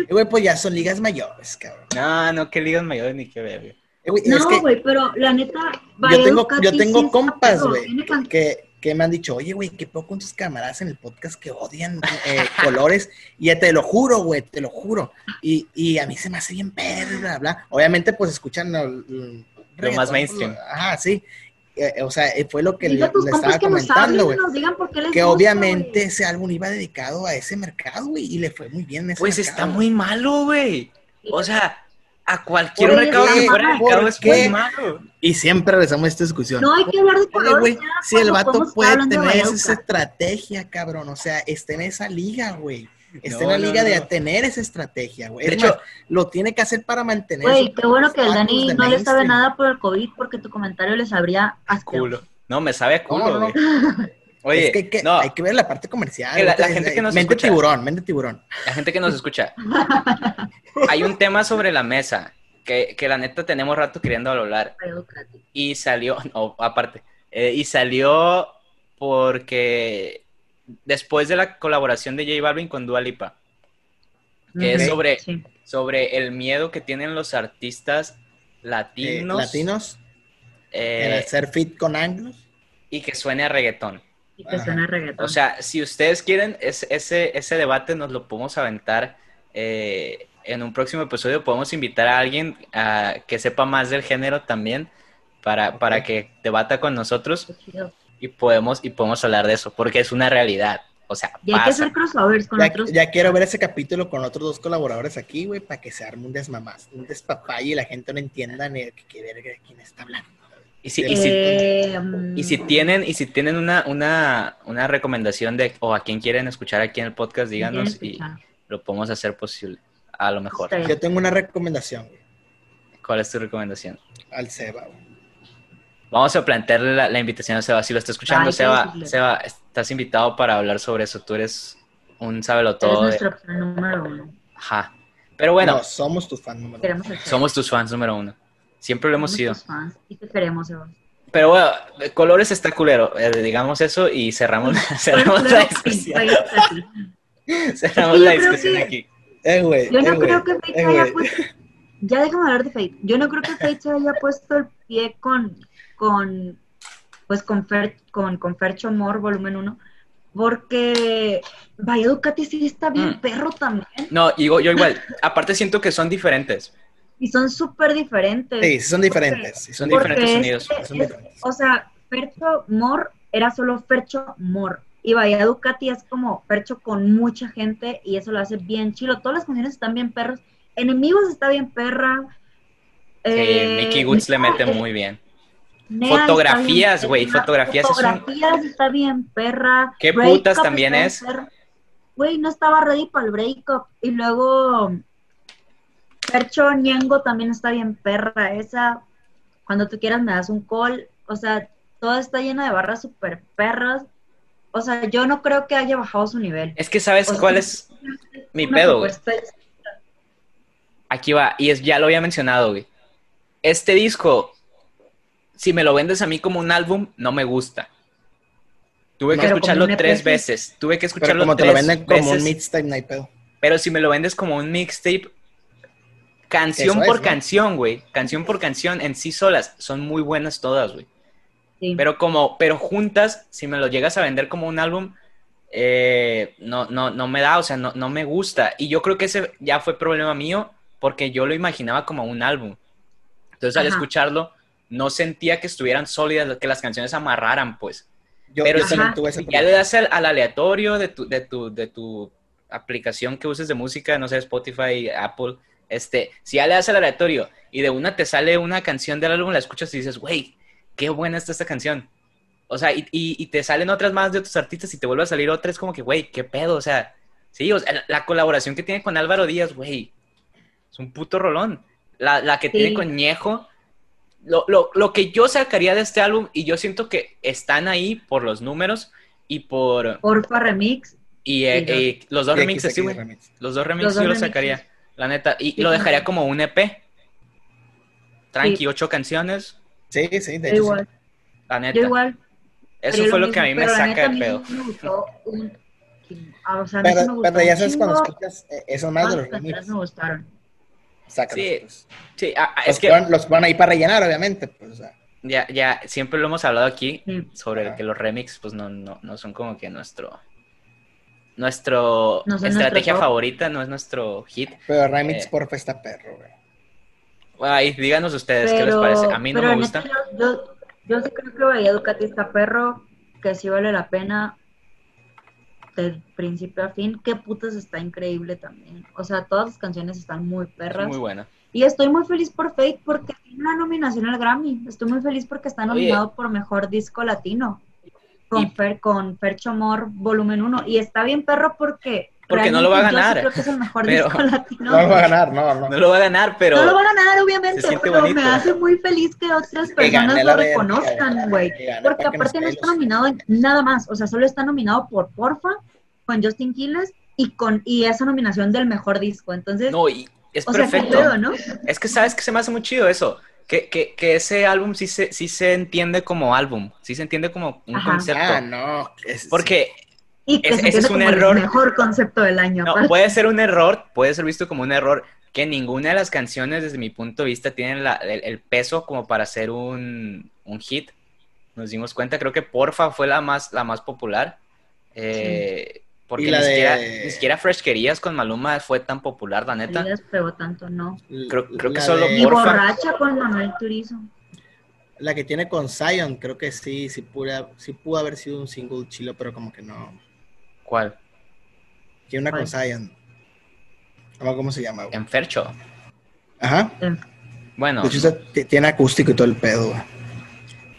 Güey, pues ya son ligas mayores, cabrón.
No, no, que ligas mayores ni que verga.
Eh, güey, es
No,
que
güey, pero la neta,
yo
Vaya
tengo,
Ducati
yo
sí
tengo
está
compas,
perro,
güey,
tiene can-
que, que me han dicho, oye, güey, qué poco con tus camaradas en el podcast que odian eh, colores. Y ya te lo juro, güey, te lo juro. Y, y a mí se me hace bien perro, bla, bla. Obviamente, pues escuchan lo,
Lo más mainstream.
Ajá, sí. Eh, eh, o sea, eh, fue lo que
Dile
le,
a tus
le estaba
compas que nos hablen
comentando,
y
güey.
nos digan por qué les
Que
gusta,
obviamente
güey.
ese álbum iba dedicado a ese mercado, güey, y le fue muy bien. en Ese
Pues está
mercado.
muy malo, güey. O sea, a cualquier
Oye,
mercado que
güey,
fuera
¿por
dedicado es
qué?
muy malo.
Y siempre regresamos a esta discusión.
No hay que hablar de
Oye,
colores.
güey,
ya,
si el
cuando
vato
podemos estar
puede
hablando de
tener esa,
Vallejo.
estrategia, cabrón, o sea, está en esa liga, güey. Está
No,
en la
no,
liga de
no.
tener esa estrategia, güey.
De
Es
hecho-
más, lo tiene que hacer para mantener.
Güey,
su-
qué bueno que el
sus
Dani
status de
no le sabe
mainstream.
nada por el COVID porque tu comentario le sabría asqueroso.
Culo. No, me sabe a
No,
culo,
no, no.
güey. Oye,
es que, que
no,
hay que ver la parte comercial.
Que la-
güey.
la gente que nos
Mente
escucha.
tiburón, mente tiburón.
la gente que nos escucha. Hay un tema sobre la mesa que, que la neta tenemos rato queriendo hablar.
Vaya Ducati.
Y salió, no, aparte, eh, y salió porque después de la colaboración de J Balvin con Dua Lipa, que es
Ok.
sobre,
Sí.
sobre el miedo que tienen los artistas
Eh,
latinos,
latinos,
eh,
el hacer fit con anglos.
y que suene a reggaetón.
Y que
Ajá.
suena reggaetón.
O sea, si ustedes quieren, es- ese, ese debate nos lo podemos aventar eh, en un próximo episodio. Podemos invitar a alguien ah, que sepa más del género también para, para
Ok.
que debata con nosotros.
Qué chido.
y podemos y podemos hablar de eso porque es una realidad o sea
Y hay que
pasa
hacer crossovers con
Ya,
otros.
ya quiero ver ese capítulo con otros dos colaboradores aquí, güey, para que se arme un desmamás, un despapay y la gente no entienda ni de qué verga quién está hablando.
y si, y si-
Eh, mm,
y si tienen y si tienen una una una recomendación de o a quién quieren escuchar aquí en el podcast díganos
quieren
y
escuchar.
lo podemos hacer posible a lo mejor
Está bien.
Yo tengo una recomendación, güey,
cuál es tu recomendación
al Seba, güey.
vamos a plantearle la, la invitación a Seba si lo está escuchando
Ay, qué
Seba
decirle.
Seba estás invitado para hablar sobre eso tú eres un sábelo
Esta Es
todo
nuestra opción número uno.
ajá pero bueno
No, somos tu fan número uno.
Queremos el
somos tus fans número uno siempre lo hemos
Somos
sido
tus fans y te queremos, Sebas.
Pero bueno, colores está culero, eh, digamos eso y cerramos, cerramos la
Claro que sí,
discusión.
vaya Ducati.
Cerramos
Yo
la
creo
discusión
que-
aquí.
Eh, güey.
Yo no
eh, güey,
creo que Fate
eh,
haya
güey.
puesto. Ya déjame hablar de Fate. Yo no creo que Fate se haya puesto el pie con. con pues con, Fer, con, con Fercho Mor, volumen 1. Porque. Vaya Ducati sí está bien
Mm.
perro también.
No, digo, yo igual. Aparte siento que son diferentes.
Y son súper diferentes.
Sí, sí son diferentes. sí son
Son
diferentes.
Porque
diferentes
es
sonidos,
que
son
es-
diferentes.
o sea, Fercho Mor era solo Fercho Mor. Y Bahía Ducati es como Fercho con mucha gente y eso lo hace bien chilo. Todas las canciones están bien perros. Enemigos está bien perra.
Sí,
Eh,
Mickey Woods le
Nea-
mete muy bien.
Nea
Fotografías,
está bien
güey,
perra.
fotografías es un-
Fotografías está bien perra.
¿Qué
Breakup
putas
está
también
bien
es?
perra. Güey, no estaba ready para el breakup. Y luego Percho Ñengo también está bien perra esa. Cuando tú quieras me das un call. O sea, todo está lleno de barras super perras. O sea, yo no creo que haya bajado su nivel.
Es que sabes
O sea,
cuál es mi
Una
pedo, güey.
propuesta es-
Aquí va, y es, ya lo había mencionado, güey. Este disco, si me lo vendes a mí como un álbum, no me gusta. Tuve que
Pero como
escucharlo
un EP,
tres
sí.
veces. Tuve que
E Pero
escucharlo
como te lo
tres
venden como un
veces.
mixtape, no hay pedo.
Pero si me lo vendes como un mixtape, canción
Eso es,
por
¿no?
canción, güey, canción por canción, en sí solas, son muy buenas todas, güey.
sí.
Pero como, pero juntas, si me lo llegas a vender como un álbum, eh, no, no, no me da, o sea, no, no me gusta. Y yo creo que ese ya fue problema mío, porque yo lo imaginaba como un álbum. Entonces al
Ajá.
escucharlo, no sentía que estuvieran sólidas, que las canciones amarraran, pues.
Yo,
Pero
yo
sí,
también tuve ese
Ya
problema.
le das al, al aleatorio de tu, de, tu, de tu aplicación que uses de música, no sé, Spotify, Apple, este, si ya le das al aleatorio y de una te sale una canción del álbum, la escuchas y dices, güey, qué buena está esta canción. O sea, y, y- y te salen otras más de otros artistas y te vuelve a salir otra, es como que, güey, qué pedo, o sea, Sí, o sea, la colaboración que tiene con Álvaro Díaz, güey, es un puto rolón. La, la que
Sí.
tiene con Ñejo, lo, lo- lo que yo sacaría de este álbum, y yo siento que están ahí por los números y por...
Orfa Remix.
Y, eh,
Y los-
eh, los dos
Y aquí
remixes,
se
sí,
queda
güey.
remix.
Los dos remixes
Los dos
yo los
remixes.
sacaría, la neta. Y
Sí,
lo dejaría
también.
como un EP. Tranqui,
Sí.
ocho canciones,
Sí, sí, de hecho.
Yo
sí.
igual,
la neta.
yo igual.
Eso
pero
fue lo,
mismo,
que a mí me
pero la
saca
neta,
de
a
pedo.
mí sí me gustó un chingo. Ah, O sea, a mí sí me
Pero,
gustó
pero ya
un
sabes
chingo.
cuando escuchas, eh, eso más de los
Todas las canciones
remixes.
me gustaron.
Sácalos.
Sí,
pues.
Sí, ah, ah,
Los,
es que
que van, los que van ahí para rellenar, obviamente. Pues, o sea,
ya, ya siempre lo hemos hablado aquí
Sí.
sobre
Ajá.
que los remix pues no, no, no son como que nuestro nuestro
No son nuestro
estrategia
top.
favorita, no es nuestro hit.
pero remix
Eh.
porfa está perro, güey.
Ay, díganos ustedes qué les
Pero-
parece. A mí no
pero
me
la
gusta.
neta, Yo, yo, yo sí creo que Bahía Ducati está perro, que sí vale la pena de principio a fin. Qué putas está increíble también. O sea, todas las canciones están muy
Es
perras.
muy buena.
Y estoy muy feliz por Fate porque tiene una nominación al Grammy. Estoy muy feliz porque está
Oye.
nominado por mejor disco latino. Con,
Y-
Fer, con Fercho Amor Volumen 1. Y está bien perro porque.
Porque no lo va a
realmente yo sí
ganar.
creo que es el mejor
Pero-
disco latino.
No, lo va a ganar, no, no.
No lo va a ganar, pero
No lo van a ganar, obviamente,
se siente
pero
bonito.
me hace muy feliz que otras
Que gane
personas
la
lo
verga,
reconozcan, güey.
que gane
Porque
para que nos
aparte no
pegue
está
los-
nominado en nada más. O sea, solo está nominado por Porfa, con Justin Quiles y con y esa nominación del mejor disco. Entonces,
no, y es
o sea, qué
perfecto.
pedo, ¿no?
Es que sabes que se me hace muy chido eso. Que, que, que ese álbum sí se, sí se entiende como álbum, sí se entiende como un
Ajá.
concepto.
Ah, no. es-
Porque
Y que
Ese-
se
ese es
entiende
un
como el
error.
mejor concepto del año.
no,
aparte.
puede ser un error, puede ser visto como un error, que ninguna de las canciones, desde mi punto de vista, tienen la- el, el peso como para ser un, un hit. Nos dimos cuenta, creo que Porfa fue la más, la más popular. eh, Porque
Y la
ni,
de-
siquiera, ni siquiera Fresh Querías con Maluma fue tan popular, la neta.
No les pegó tanto, ¿no?
creo- creo que
la
solo
Y
de-
Porfa.
borracha con Manuel Turizo.
La que tiene con Zion, creo que sí, sí, pura, sí pudo haber sido un single chilo, pero como que no.
¿Cuál?
Tiene una con
¿Cuál?
Zion. No me acuerdo cómo se llama, güey.
En Fercho.
Ajá.
Eh,
Bueno,
De hecho, esa t- tiene acústico y todo el pedo, güey.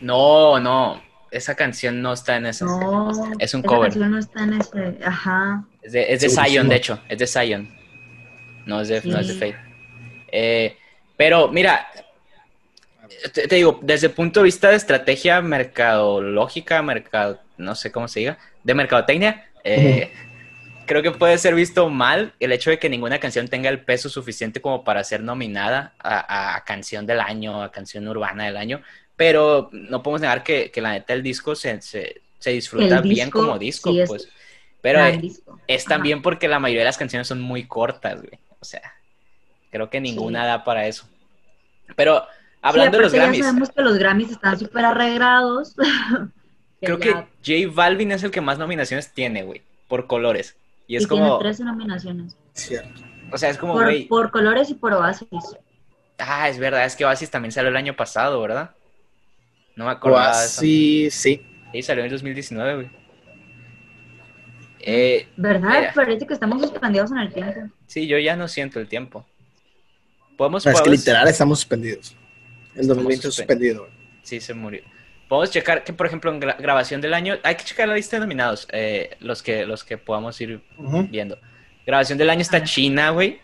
no, no. Esa canción no está en esa.
No,
Es
esa
un cover.
canción no está en ese. Ajá.
Es de, es de
Segurísimo.
Zion, de hecho. Es de Zion. No es de, no es de
Sí.
Fate. Eh, pero mira, te, te digo, desde el punto de vista de estrategia mercadológica, mercado, no sé cómo se diga, de mercadotecnia, eh, creo que puede ser visto mal el hecho de que ninguna canción tenga el peso suficiente como para ser nominada a, a canción del año, a canción urbana del año. Pero no podemos negar que, que la neta el disco se, se- se disfruta
El
bien
disco,
como disco,
sí, es
pues. Pero
gran
eh,
disco.
es
Ajá.
también porque la mayoría de las canciones son muy cortas, güey. O sea, creo que ninguna
Sí.
da para eso. Pero
Sí,
hablando de los
aparte
Grammys,
Ya sabemos que los Grammys están súper arreglados.
creo que
ya-
J Balvin es el que más nominaciones tiene, güey, por colores. Y
y
es
tiene
como,
13 nominaciones.
Cierto.
o sea, es como,
Por,
güey,
por colores y por Oasis.
ah, es verdad, es que Oasis también salió el año pasado, ¿verdad? No me acordaba de eso.
Así, Ah, sí.
Sí, salió en 2019, güey. Eh,
¿Verdad?
Mira.
Parece que estamos suspendidos en el tiempo.
sí, yo ya no siento el tiempo. Podemos,
No, es que
podemos-
literal estamos suspendidos. El
Estamos
2020
suspendidos.
suspendido, güey.
Sí, se murió. Podemos checar que, por ejemplo, en gra- grabación del año, hay que checar la lista de nominados, eh, los, que, los que podamos ir
Ujú.
viendo. Grabación del año
A
está
ver.
China, güey.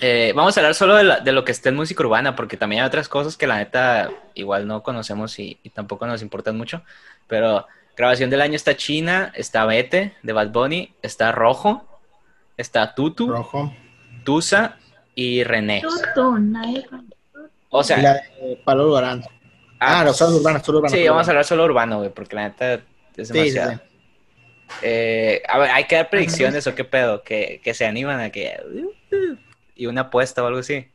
Eh, vamos a hablar solo de, la- de lo que está en música urbana, porque también hay otras cosas que la neta igual no conocemos y, y tampoco nos importan mucho. Pero grabación del año está China, está Vete de Bad Bunny, está Rojo, está Tutu,
Rojo.
Tusa y René.
Tú, tú, nadie con-
O sea,
y la de Pablo Alborán. Ah, los solo urbanos, solo urbanos.
Sí,
solo
vamos a
urbanos.
hablar solo urbano, güey, porque la neta es
Sí, sí,
demasiado.
sí.
Eh, a ver, hay que dar predicciones o qué pedo, que, que se animan a que... Y una apuesta o algo así.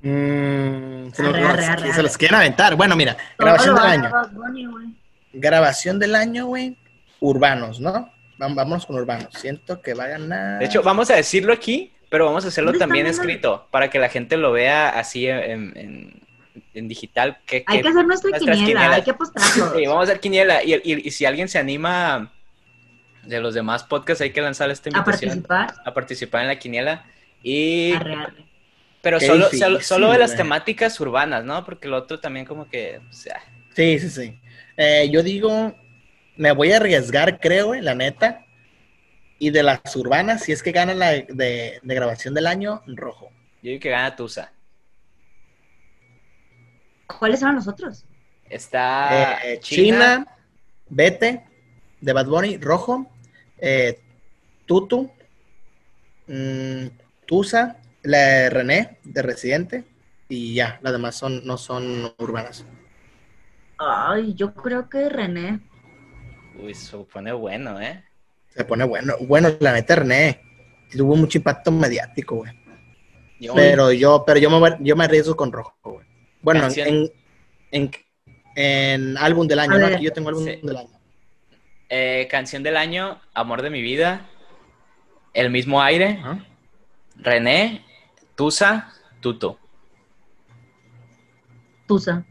Mm, se, los-
Arre,
los-
arre, arre,
se
arre.
los quieren aventar. Bueno, mira,
Todo
grabación
lo
del
va a
año.
Bad Bunny, güey.
Grabación del año, güey. Urbanos, ¿no? Vam- Vámonos con urbanos. Siento que va a ganar.
De hecho, vamos a decirlo aquí, pero vamos a hacerlo
¿Dónde Ah. está
también
mi nombre?
escrito, para que la gente lo vea así en, en- en digital. Que,
Hay
que-
que hacer nuestra
nuestras
quiniela,
quinielas.
hay que apostarlo.
Sí, vamos a hacer quiniela. Y, y- y si alguien se anima de los demás podcasts, hay que lanzar esta
a
invitación
participar.
a participar en la quiniela. Y
Arre, arre.
Pero
Qué
solo,
difícil,
solo, solo de las
güey.
temáticas urbanas, ¿no? Porque lo otro también como que... pues, ah, o sea,
Sí, sí, sí. Eh, yo digo, me voy a arriesgar, creo, güey, la neta. Y de las urbanas, si es que gana la de, de grabación del año, rojo.
Yo digo que gana Tusa.
¿Cuáles eran los otros?
Está
Eh,
Ah, China,
China, Vete, de Bad Bunny, rojo. eh, Tutu, mm, Tusa, la de René, de Residente. Y ya, las demás son, no son urbanas.
Ay, yo creo que René.
Uy, se pone bueno, ¿eh?
Se pone bueno. Bueno, la neta, René. Tuvo mucho impacto mediático, güey.
Yo-
Pero yo, pero yo me, voy- yo me arriesgo con rojo, güey. Bueno,
Canción.
en, en, en álbum del año,
A
¿no?
ver.
Aquí yo tengo álbum
Sí.
del año.
eh, canción del año, Amor de mi vida, El mismo aire, René, Tusa, Tuto.
Tusa.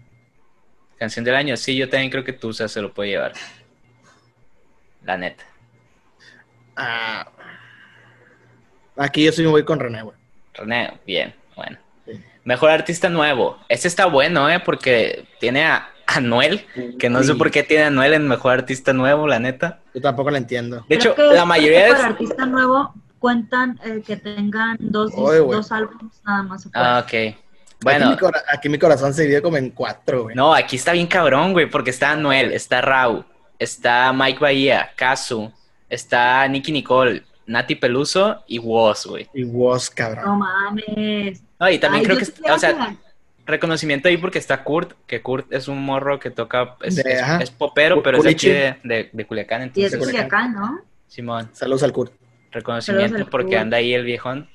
Canción del año, sí, yo también creo que Tusa se lo puede llevar. La neta.
Ah. aquí yo sí me voy con René, güey.
René, bien, bueno.
Sí.
Mejor artista nuevo. Este está bueno, ¿eh? Porque tiene a Anuel, que no sé
Sí.
por qué tiene a Anuel en Mejor artista nuevo, la neta.
Yo tampoco la entiendo.
De
Creo
hecho,
que-
la mayoría
creo que
de...
Para artista nuevo cuentan eh, que tengan dos,
Oye, güey.
dos álbumes nada más.
Ah, ok. Bueno,
Aquí mi, cora- aquí mi corazón se divide como en cuatro, güey.
No, aquí está bien cabrón, güey, porque está Anuel, está Rau, está Mike Bahía, Kazu, está Nicky Nicole, Nati Peluso y Woz, güey.
Y vos, cabrón.
No mames.
No, y Ah. también
Ay,
creo
yo
que,
sí creo
o sea,
que-
reconocimiento ahí porque está Kurt, que Kurt es un morro que toca, es,
De-
es-
ajá.
es popero,
Cu-
pero es de aquí de,
culiche.
de- de Culiacán,
Y es
entonces,
de Culiacán, ¿no?
Simón,
Saludos al Kurt.
reconocimiento
Saludos al
porque
Kurt.
anda ahí el viejón.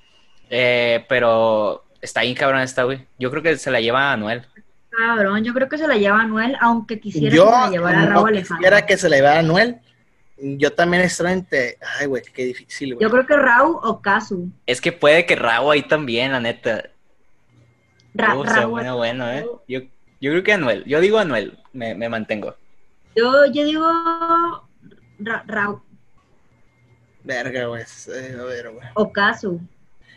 Eh, pero está bien cabrón esta, güey. Yo creo que se la lleva Anuel.
Cabrón, yo creo que se la lleva Anuel, aunque quisiera
Yo
que se la llevara
no
Raúl
quisiera
Alejandro.
que se la llevara a Noel. Yo también estoy entre... Ay, güey, qué difícil, güey.
Yo creo que Raúl o Casu.
Es que puede que Rau ahí también, la neta.
Ra-
Uh, está
Raúl.
bueno, bueno, ¿eh? Yo, yo creo que Anuel. Yo digo Anuel. Me, me mantengo.
Yo, yo digo Ra- Raúl
Verga, güey. es- eh, a ver, güey.
o Casu.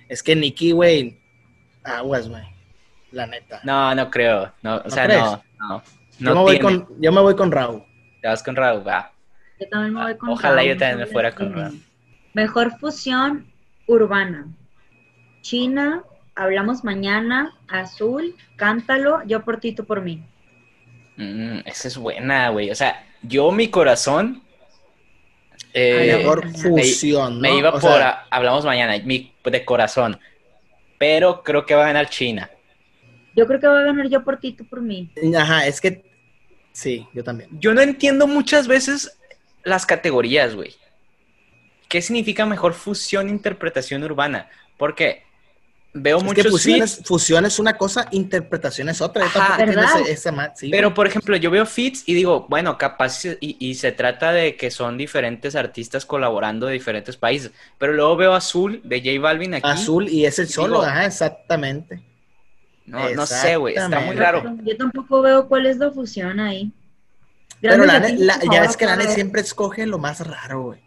Es que Nicky, güey. Aguas, güey. La neta.
No, no creo. No, o
¿No
sea,
crees?
no. No,
yo, me
no
voy
tiene.
con, yo me voy con Raúl.
Te vas con Raúl, va.
Yo también me voy con
Ah, Ojalá
Raúl,
yo también me
no
fuera
sé.
con Raúl.
Mejor fusión urbana. China, hablamos mañana, azul, cántalo, yo por ti, tú por mí.
Mm, esa es buena, güey. O sea, yo mi corazón... eh,
Mejor fusión,
me
¿no?
iba
O
por...
sea,
a- hablamos mañana. Mi, de corazón. Pero creo que va a ganar China.
Yo creo que va a ganar yo por ti, tú por mí.
Ajá, es que... Sí, yo también.
Yo no entiendo muchas veces las categorías, güey. ¿Qué significa mejor fusión e interpretación urbana? Porque veo
Es que
muchos
fusión
feats,
es, fusión es una cosa, interpretación es otra. Yo
Ajá.
tampoco entiendo
¿Verdad?
ese- esa ma- sí,
pero
güey.
por ejemplo, yo veo feats y digo, bueno, capaz y, y se trata de que son diferentes artistas colaborando de diferentes países, pero luego veo Azul de J Balvin aquí.
Azul y es el
Digo-
solo, ajá, exactamente.
No, no sé, güey, está muy
Exactamente.
raro.
Yo tampoco veo cuál es la fusión ahí.
Pero
Grandes
la,
latinos,
la-
por
ya
favor,
ves que la
por
NET
favor.
siempre escoge lo más raro, güey.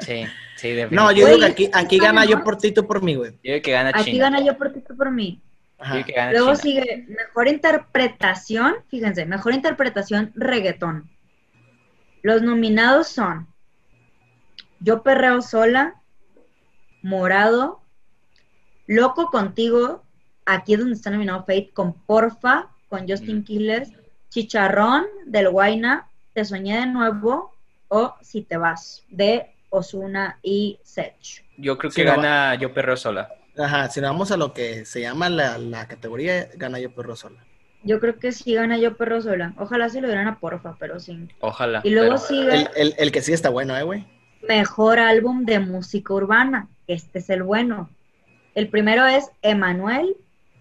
Sí, sí, definitivamente.
No, yo
Güey,
digo que aquí, aquí
está
gana
mejor.
yo por ti, tú por mí, güey.
Yo digo que gana
Aquí
China.
gana yo por ti, tú por mí.
Yo
Ajá.
digo que gana
Luego
China.
sigue mejor interpretación, fíjense, mejor interpretación reggaetón. Los nominados son Yo Perreo Sola, Morado, Loco Contigo, aquí es donde está nominado Fate, con Porfa, con Justin
Mm.
Quiles, Chicharrón del Guaina, Te Soñé de Nuevo o Si Te Vas, de Osuna y Sech.
Yo creo que
Sí, no va.
gana Yo Perro Sola.
Ajá, si nos vamos a lo que se llama la, la categoría, gana yo por sola.
Yo creo que sí gana Yo Perreo Sola. Ojalá se lo dieran a Porfa, pero sí.
Ojalá.
Y luego
Ah, pero-
sigue
El, el- el que sí está bueno, ¿eh, güey?
Mejor Álbum de Música Urbana. Este es el bueno. El primero es Emanuel,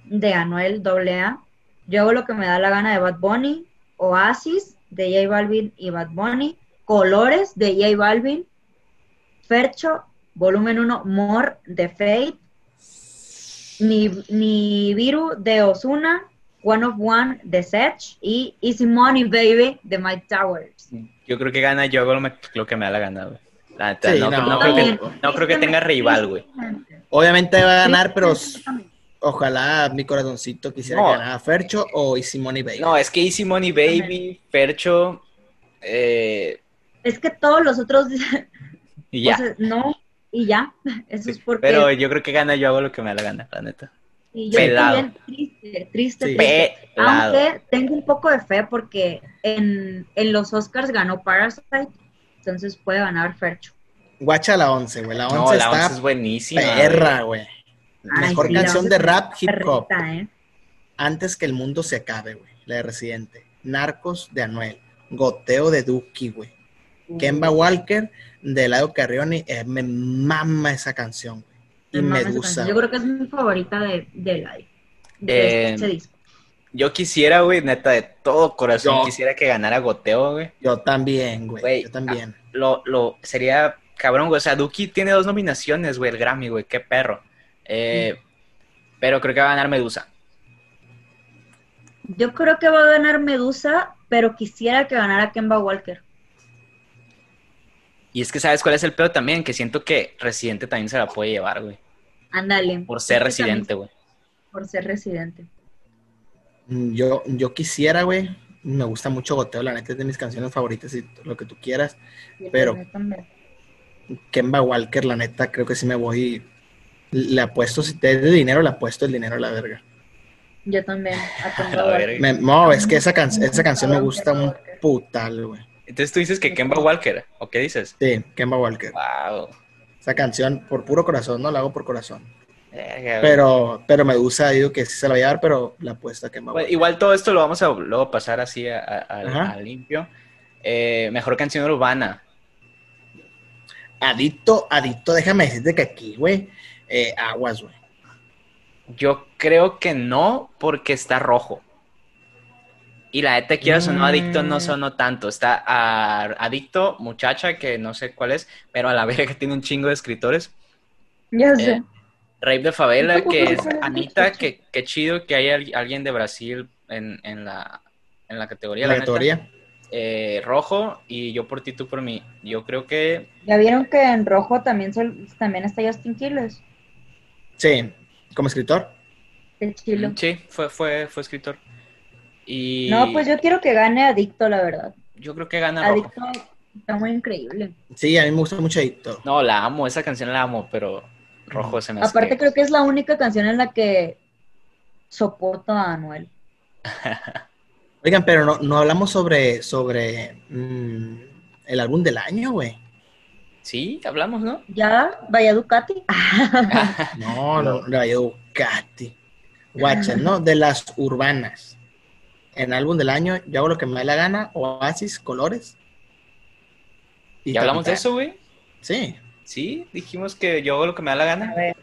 de Anuel AA. Yo hago lo que me da la gana de Bad Bunny. Oasis, de J Balvin y Bad Bunny. Colores, de J Balvin. Fercho, volumen 1, More, de Fate. Ni, Nibiru, de Osuna. One of One, de Sech. Y Easy Money, Baby, de Mike Towers.
Yo creo que gana yo hago lo, me- lo que me da la gana, güey. La neta,
Sí,
no,
no.
no creo que,
También.
no creo que tenga rival, güey.
Obviamente va a ganar, pero s- ojalá mi corazoncito quisiera
No.
que ganara Fercho o Simone Bay.
No, es que Easy Money Baby, Fercho, eh,
Pues Es que todos los otros
Y ya.
O sea, no, y ya. Eso es porque.
Pero yo creo que gana, yo hago lo que me da la gana, la neta.
y yo
pelado.
también triste, triste,
Sí.
triste.
Pelado.
Aunque tengo un poco de fe porque en, en los Oscars ganó Parasite, entonces puede ganar Fercho.
Guacha la 11, güey. La 11
No, la
está
11 es buenísima. güey.
perra, güey.
Ay,
Mejor
sí, la
canción
11
de
es
rap hip hop.
Perrita, ¿eh?
Antes que el mundo se acabe, güey. La de Residente. Narcos de Anuel. Goteo de Duki, güey. Kemba Walker de Lado Carrión. y, eh, me mama esa canción, güey. Y
Me mama esa
Medusa.
canción.
güey.
Yo creo que es mi favorita de, de la de
Eh,
ese disco.
Yo quisiera, güey, neta, de todo corazón,
Yo.
quisiera que ganara Goteo, güey.
Yo también, güey.
Güey,
Yo también.
Lo, lo, sería cabrón, güey. O sea, Duki tiene dos nominaciones, güey, el Grammy, güey, qué perro. Eh, Pero creo que va a ganar Medusa.
Yo creo que va a ganar Medusa, pero quisiera que ganara Kemba Walker.
Y es que sabes cuál es el pedo también, que siento que Residente también se la puede llevar, güey.
Ándale.
Por ser
Es que también-
residente, güey.
Por ser residente.
Mm, Yo, yo quisiera, güey. Me gusta mucho Goteo, la neta es de mis canciones favoritas y lo que tú quieras.
Sí,
Pero-
también, también.
Kemba Walker, la neta, creo que sí me voy. Le apuesto, si te es de dinero, le apuesto el dinero a la verga.
Yo también. a
A
Kemba
la
Walker.
verga.
Me- no, es que esa, can- esa canción me gusta un putal, güey.
Entonces tú dices que Kemba Walker, ¿o qué dices?
Sí, Kemba Walker.
Wow.
Esa canción, por puro corazón, no la hago por corazón.
Verga, güey.
Pero, pero me gusta, digo que sí se la voy a dar, pero la apuesta a Kemba
Bueno,
Walker.
igual todo esto lo vamos a luego pasar así a, a- a-
Ajá.
a limpio. Eh, mejor canción urbana.
Adicto, adicto, déjame decirte que aquí, güey, eh, aguas, güey.
Yo creo que no, porque está rojo. Y la neta, quieras o no, adicto no
Mm.
sonó tanto. Está a- adicto, muchacha, que no sé cuál es, pero a la verga que tiene un chingo de escritores.
Ya
Eh,
sé.
Rape de Favela,
Tampoco
que
me
es
suena
Anita,
mucho.
que, que chido que haya al- alguien de Brasil en, en la, en la categoría.
La
la neta.
categoría.
Eh, rojo y yo por ti, tú por mí. Yo creo que
ya vieron que en rojo también, sol- también está Justin Quiles.
Sí, como escritor.
El chilo.
Sí, fue, fue, fue escritor. Y
No, pues yo quiero que gane Adicto, la verdad.
yo creo que gana Ah, Rojo.
Adicto está muy increíble.
Sí, a mí me gusta mucho Adicto.
No, la amo, esa canción la amo, pero Rojo se me hace.
Aparte creo que es la única canción en la que soporto a Anuel.
Oigan, pero no, no hablamos sobre, sobre mm, el álbum del año, güey.
Sí, hablamos, ¿no?
Ya, vaya Ducati.
No, no, la de Ducati. Guacha, ¿no? De las urbanas. En álbum del año, yo hago lo que me da la gana, Oasis, Colores.
¿Y hablamos de
Capitán.
eso, güey?
Sí.
Sí, dijimos que yo hago lo que me da la
A
gana.
ver,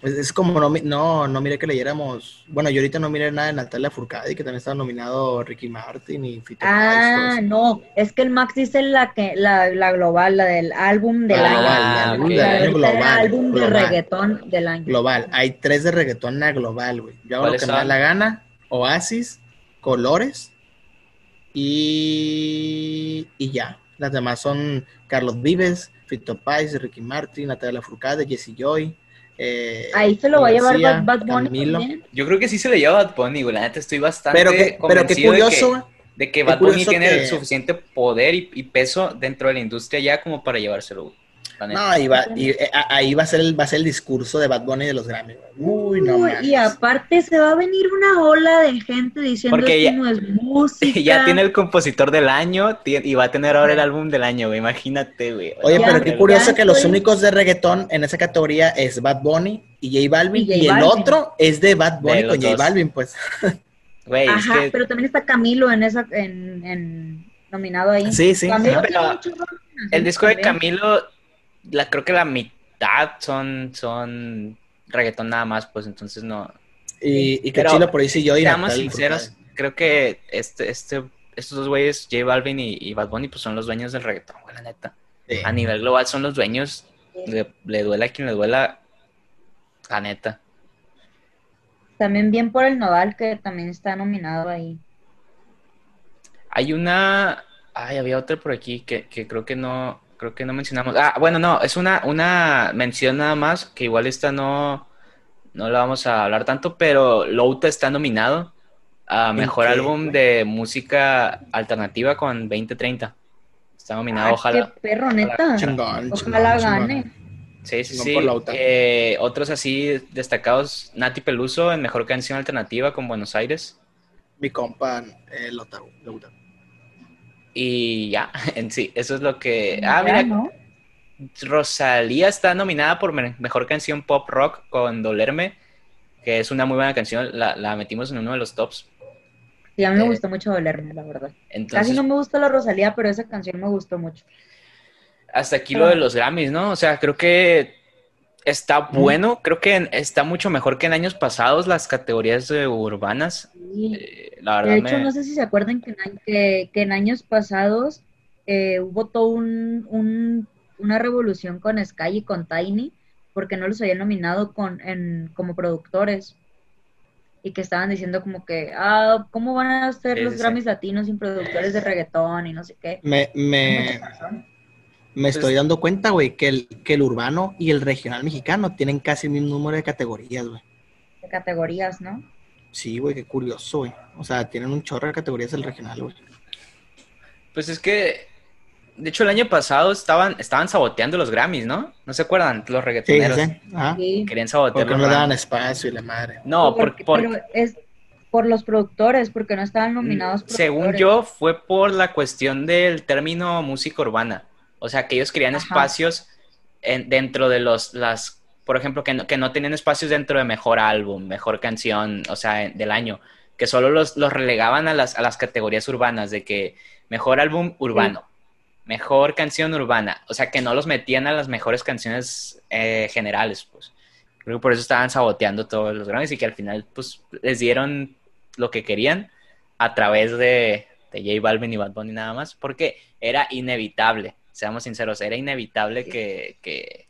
Pues es como no, mi- no, no miré que leyéramos. Bueno, yo ahorita no miré nada de Natalia Furcade, que también estaba nominado Ricky Martin y Fito Páez, todo
Ah,
eso.
no, es que el Max dice la que la, la global, la del álbum del
Ah, global,
año.
ok.
álbum del
La
año
ahorita era
global,
álbum de
global.
reggaetón del año.
Global. Hay tres de reggaetón a global, güey. Yo hago lo que
¿Cuáles
me da
son?
la gana. Oasis, Colores y, y ya. Las demás son Carlos Vives, Fito Páez, Ricky Martin, Natalia Furcade, Jesse Joy. eh,
Ahí se lo va a llevar
García,
Bad, Bad Bunny
Camilo.
también.
Yo creo que sí se le lleva a Bad Bunny, güey. La neta estoy bastante
Pero qué, pero qué
convencido de que-
curioso, güey.
de que, Bad Bunny
curioso
tiene
que-
el suficiente poder y, y peso dentro de la industria ya como para llevárselo, güey. La neta.
No, y va- y, eh, a- ahí va a ser el, va a ser el discurso de Bad Bunny de los Grammy. güey. Uy, no
Uy,
mames.
y aparte se va a venir una ola de gente diciendo
Porque
que
ya-
no es música.
Ya tiene el compositor del año ti- y va a tener ahora el álbum del año, güey. Imagínate, güey.
Pues Oye,
Ya,
pero qué curioso
ya
que los
estoy-
únicos de reggaetón en esa categoría es Bad Bunny y J Balvin.
Y
Y,
J
el
Balvin.
otro es de Bad Bunny
De los
con J
dos.
Balvin, pues.
Güey, es
Ajá,
que.
pero también está Camilo en esa en, en- nominado ahí.
Sí, sí.
Camilo
ajá.
tiene
Pero
muchos nominaciones
El disco de
también.
Camilo, la, creo que la mitad son, son reggaetón nada más, pues entonces no.
Y, y que
Pero,
Chilo por ahí sí yo y
Seamos
Natalia
sinceros, creo que este, este, estos dos güeyes, J Balvin y, y Bad Bunny, pues son los dueños del reggaetón, güey, la neta.
Furcade.
A nivel global son los dueños, le, le duela a quien le duela, la neta.
También bien por el Nodal, que también está nominado ahí.
Hay una. Ay, había otra por aquí que, que creo que no. Creo que no mencionamos. Ah, bueno, no, es una, una mención nada más, que igual esta no, no la vamos a hablar tanto, pero Louta está nominado a
¿En
mejor
qué,
álbum
güey?
de música alternativa con 2030. Está nominado,
Ah,
ojalá.
Qué perro, neta.
Chingón,
Ojalá
chingón,
gane.
chingón.
Sí, sí,
Chingón
sí.
por Lauta.
Eh, otros así destacados, Nati Peluso en Mejor Canción Alternativa con Buenos Aires.
Mi compa, eh, Lotaro, Lauta.
Y ya, en sí, eso es lo que...
Ya,
Ah, mira,
¿no?
Rosalía está nominada por me- Mejor Canción Pop Rock con Dolerme, que es una muy buena canción, la, la metimos en uno de los tops.
Sí, a mí me
Eh,
gustó mucho dolerme, la verdad. Casi
Entonces,
no me gusta la Rosalía, pero esa canción me gustó mucho.
hasta aquí lo de los Grammys, ¿no? O sea, creo que está bueno, creo que en- está mucho mejor que en años pasados las categorías eh, urbanas.
Sí.
Eh, la verdad
De hecho,
me-
no sé si se acuerdan que, en a- que- que en años pasados eh, hubo toda un, un- una revolución con Sky y con Tiny, porque no los habían nominado con, en, como productores. Y que estaban diciendo como que, ah, ¿cómo van a hacer
Sí,
los
sí, sí.
Grammys latinos sin productores de reggaetón y no sé qué?
Me, me,
Mucha razón.
me estoy
Pues-
dando cuenta, güey, que el, que el urbano y el regional mexicano tienen casi el mismo número de categorías, güey.
De categorías, ¿no?
Sí, güey, qué curioso, güey. O sea, tienen un chorro de categorías el regional, güey.
Pues es que, de hecho, el año pasado estaban, estaban saboteando los Grammys, ¿no? ¿No se acuerdan? Los
Sí, sí,
reggaetoneros
sí. Ajá.
Sí.
querían sabotear
Porque no
los
le
Grammys.
daban espacio y la madre.
Ah, No, por,
Porque-
por-
pero es por los productores, porque no estaban nominados.
según
productores.
yo, fue por la cuestión del término música urbana. O sea, que ellos querían
Ajá.
espacios en- dentro de los, las, por ejemplo, que no, que no tenían espacios dentro de mejor álbum, mejor canción, o sea, en- del año. Que solo los, los relegaban a las, a las categorías urbanas, de que mejor álbum urbano, mejor canción urbana. O sea, que no los metían a las mejores canciones eh, generales, pues. Creo que por eso estaban saboteando todos los Grammys y que al final, pues, les dieron lo que querían a través de, de J Balvin y Bad Bunny nada más, porque era inevitable, seamos sinceros, era inevitable que, que,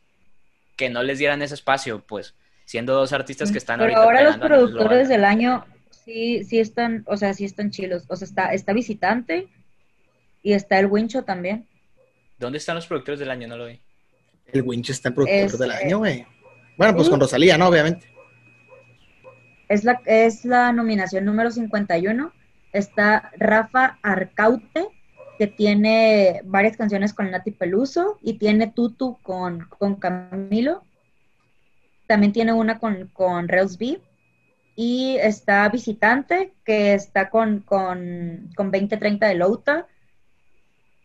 que no les dieran ese espacio, pues, siendo dos artistas que están
Pero
ahorita
ahora los
pegando a nivel
productores
global.
del año sí, sí están, o sea, sí están chilos. O sea, está, está visitante y está el Wincho también.
¿Dónde están los productores del año? No lo vi.
El Winchester productor
Este- Mm.
del año, güey. Bueno, pues
Sí.
con Rosalía, ¿no? Obviamente.
Es la, es la nominación número 51. Está Rafa Arcaute, que tiene varias canciones con Nati Peluso y tiene Tutu con, con Camilo. También tiene una con, con Reels B. Y está Visitante, que está con, con, con 2030 de Louta.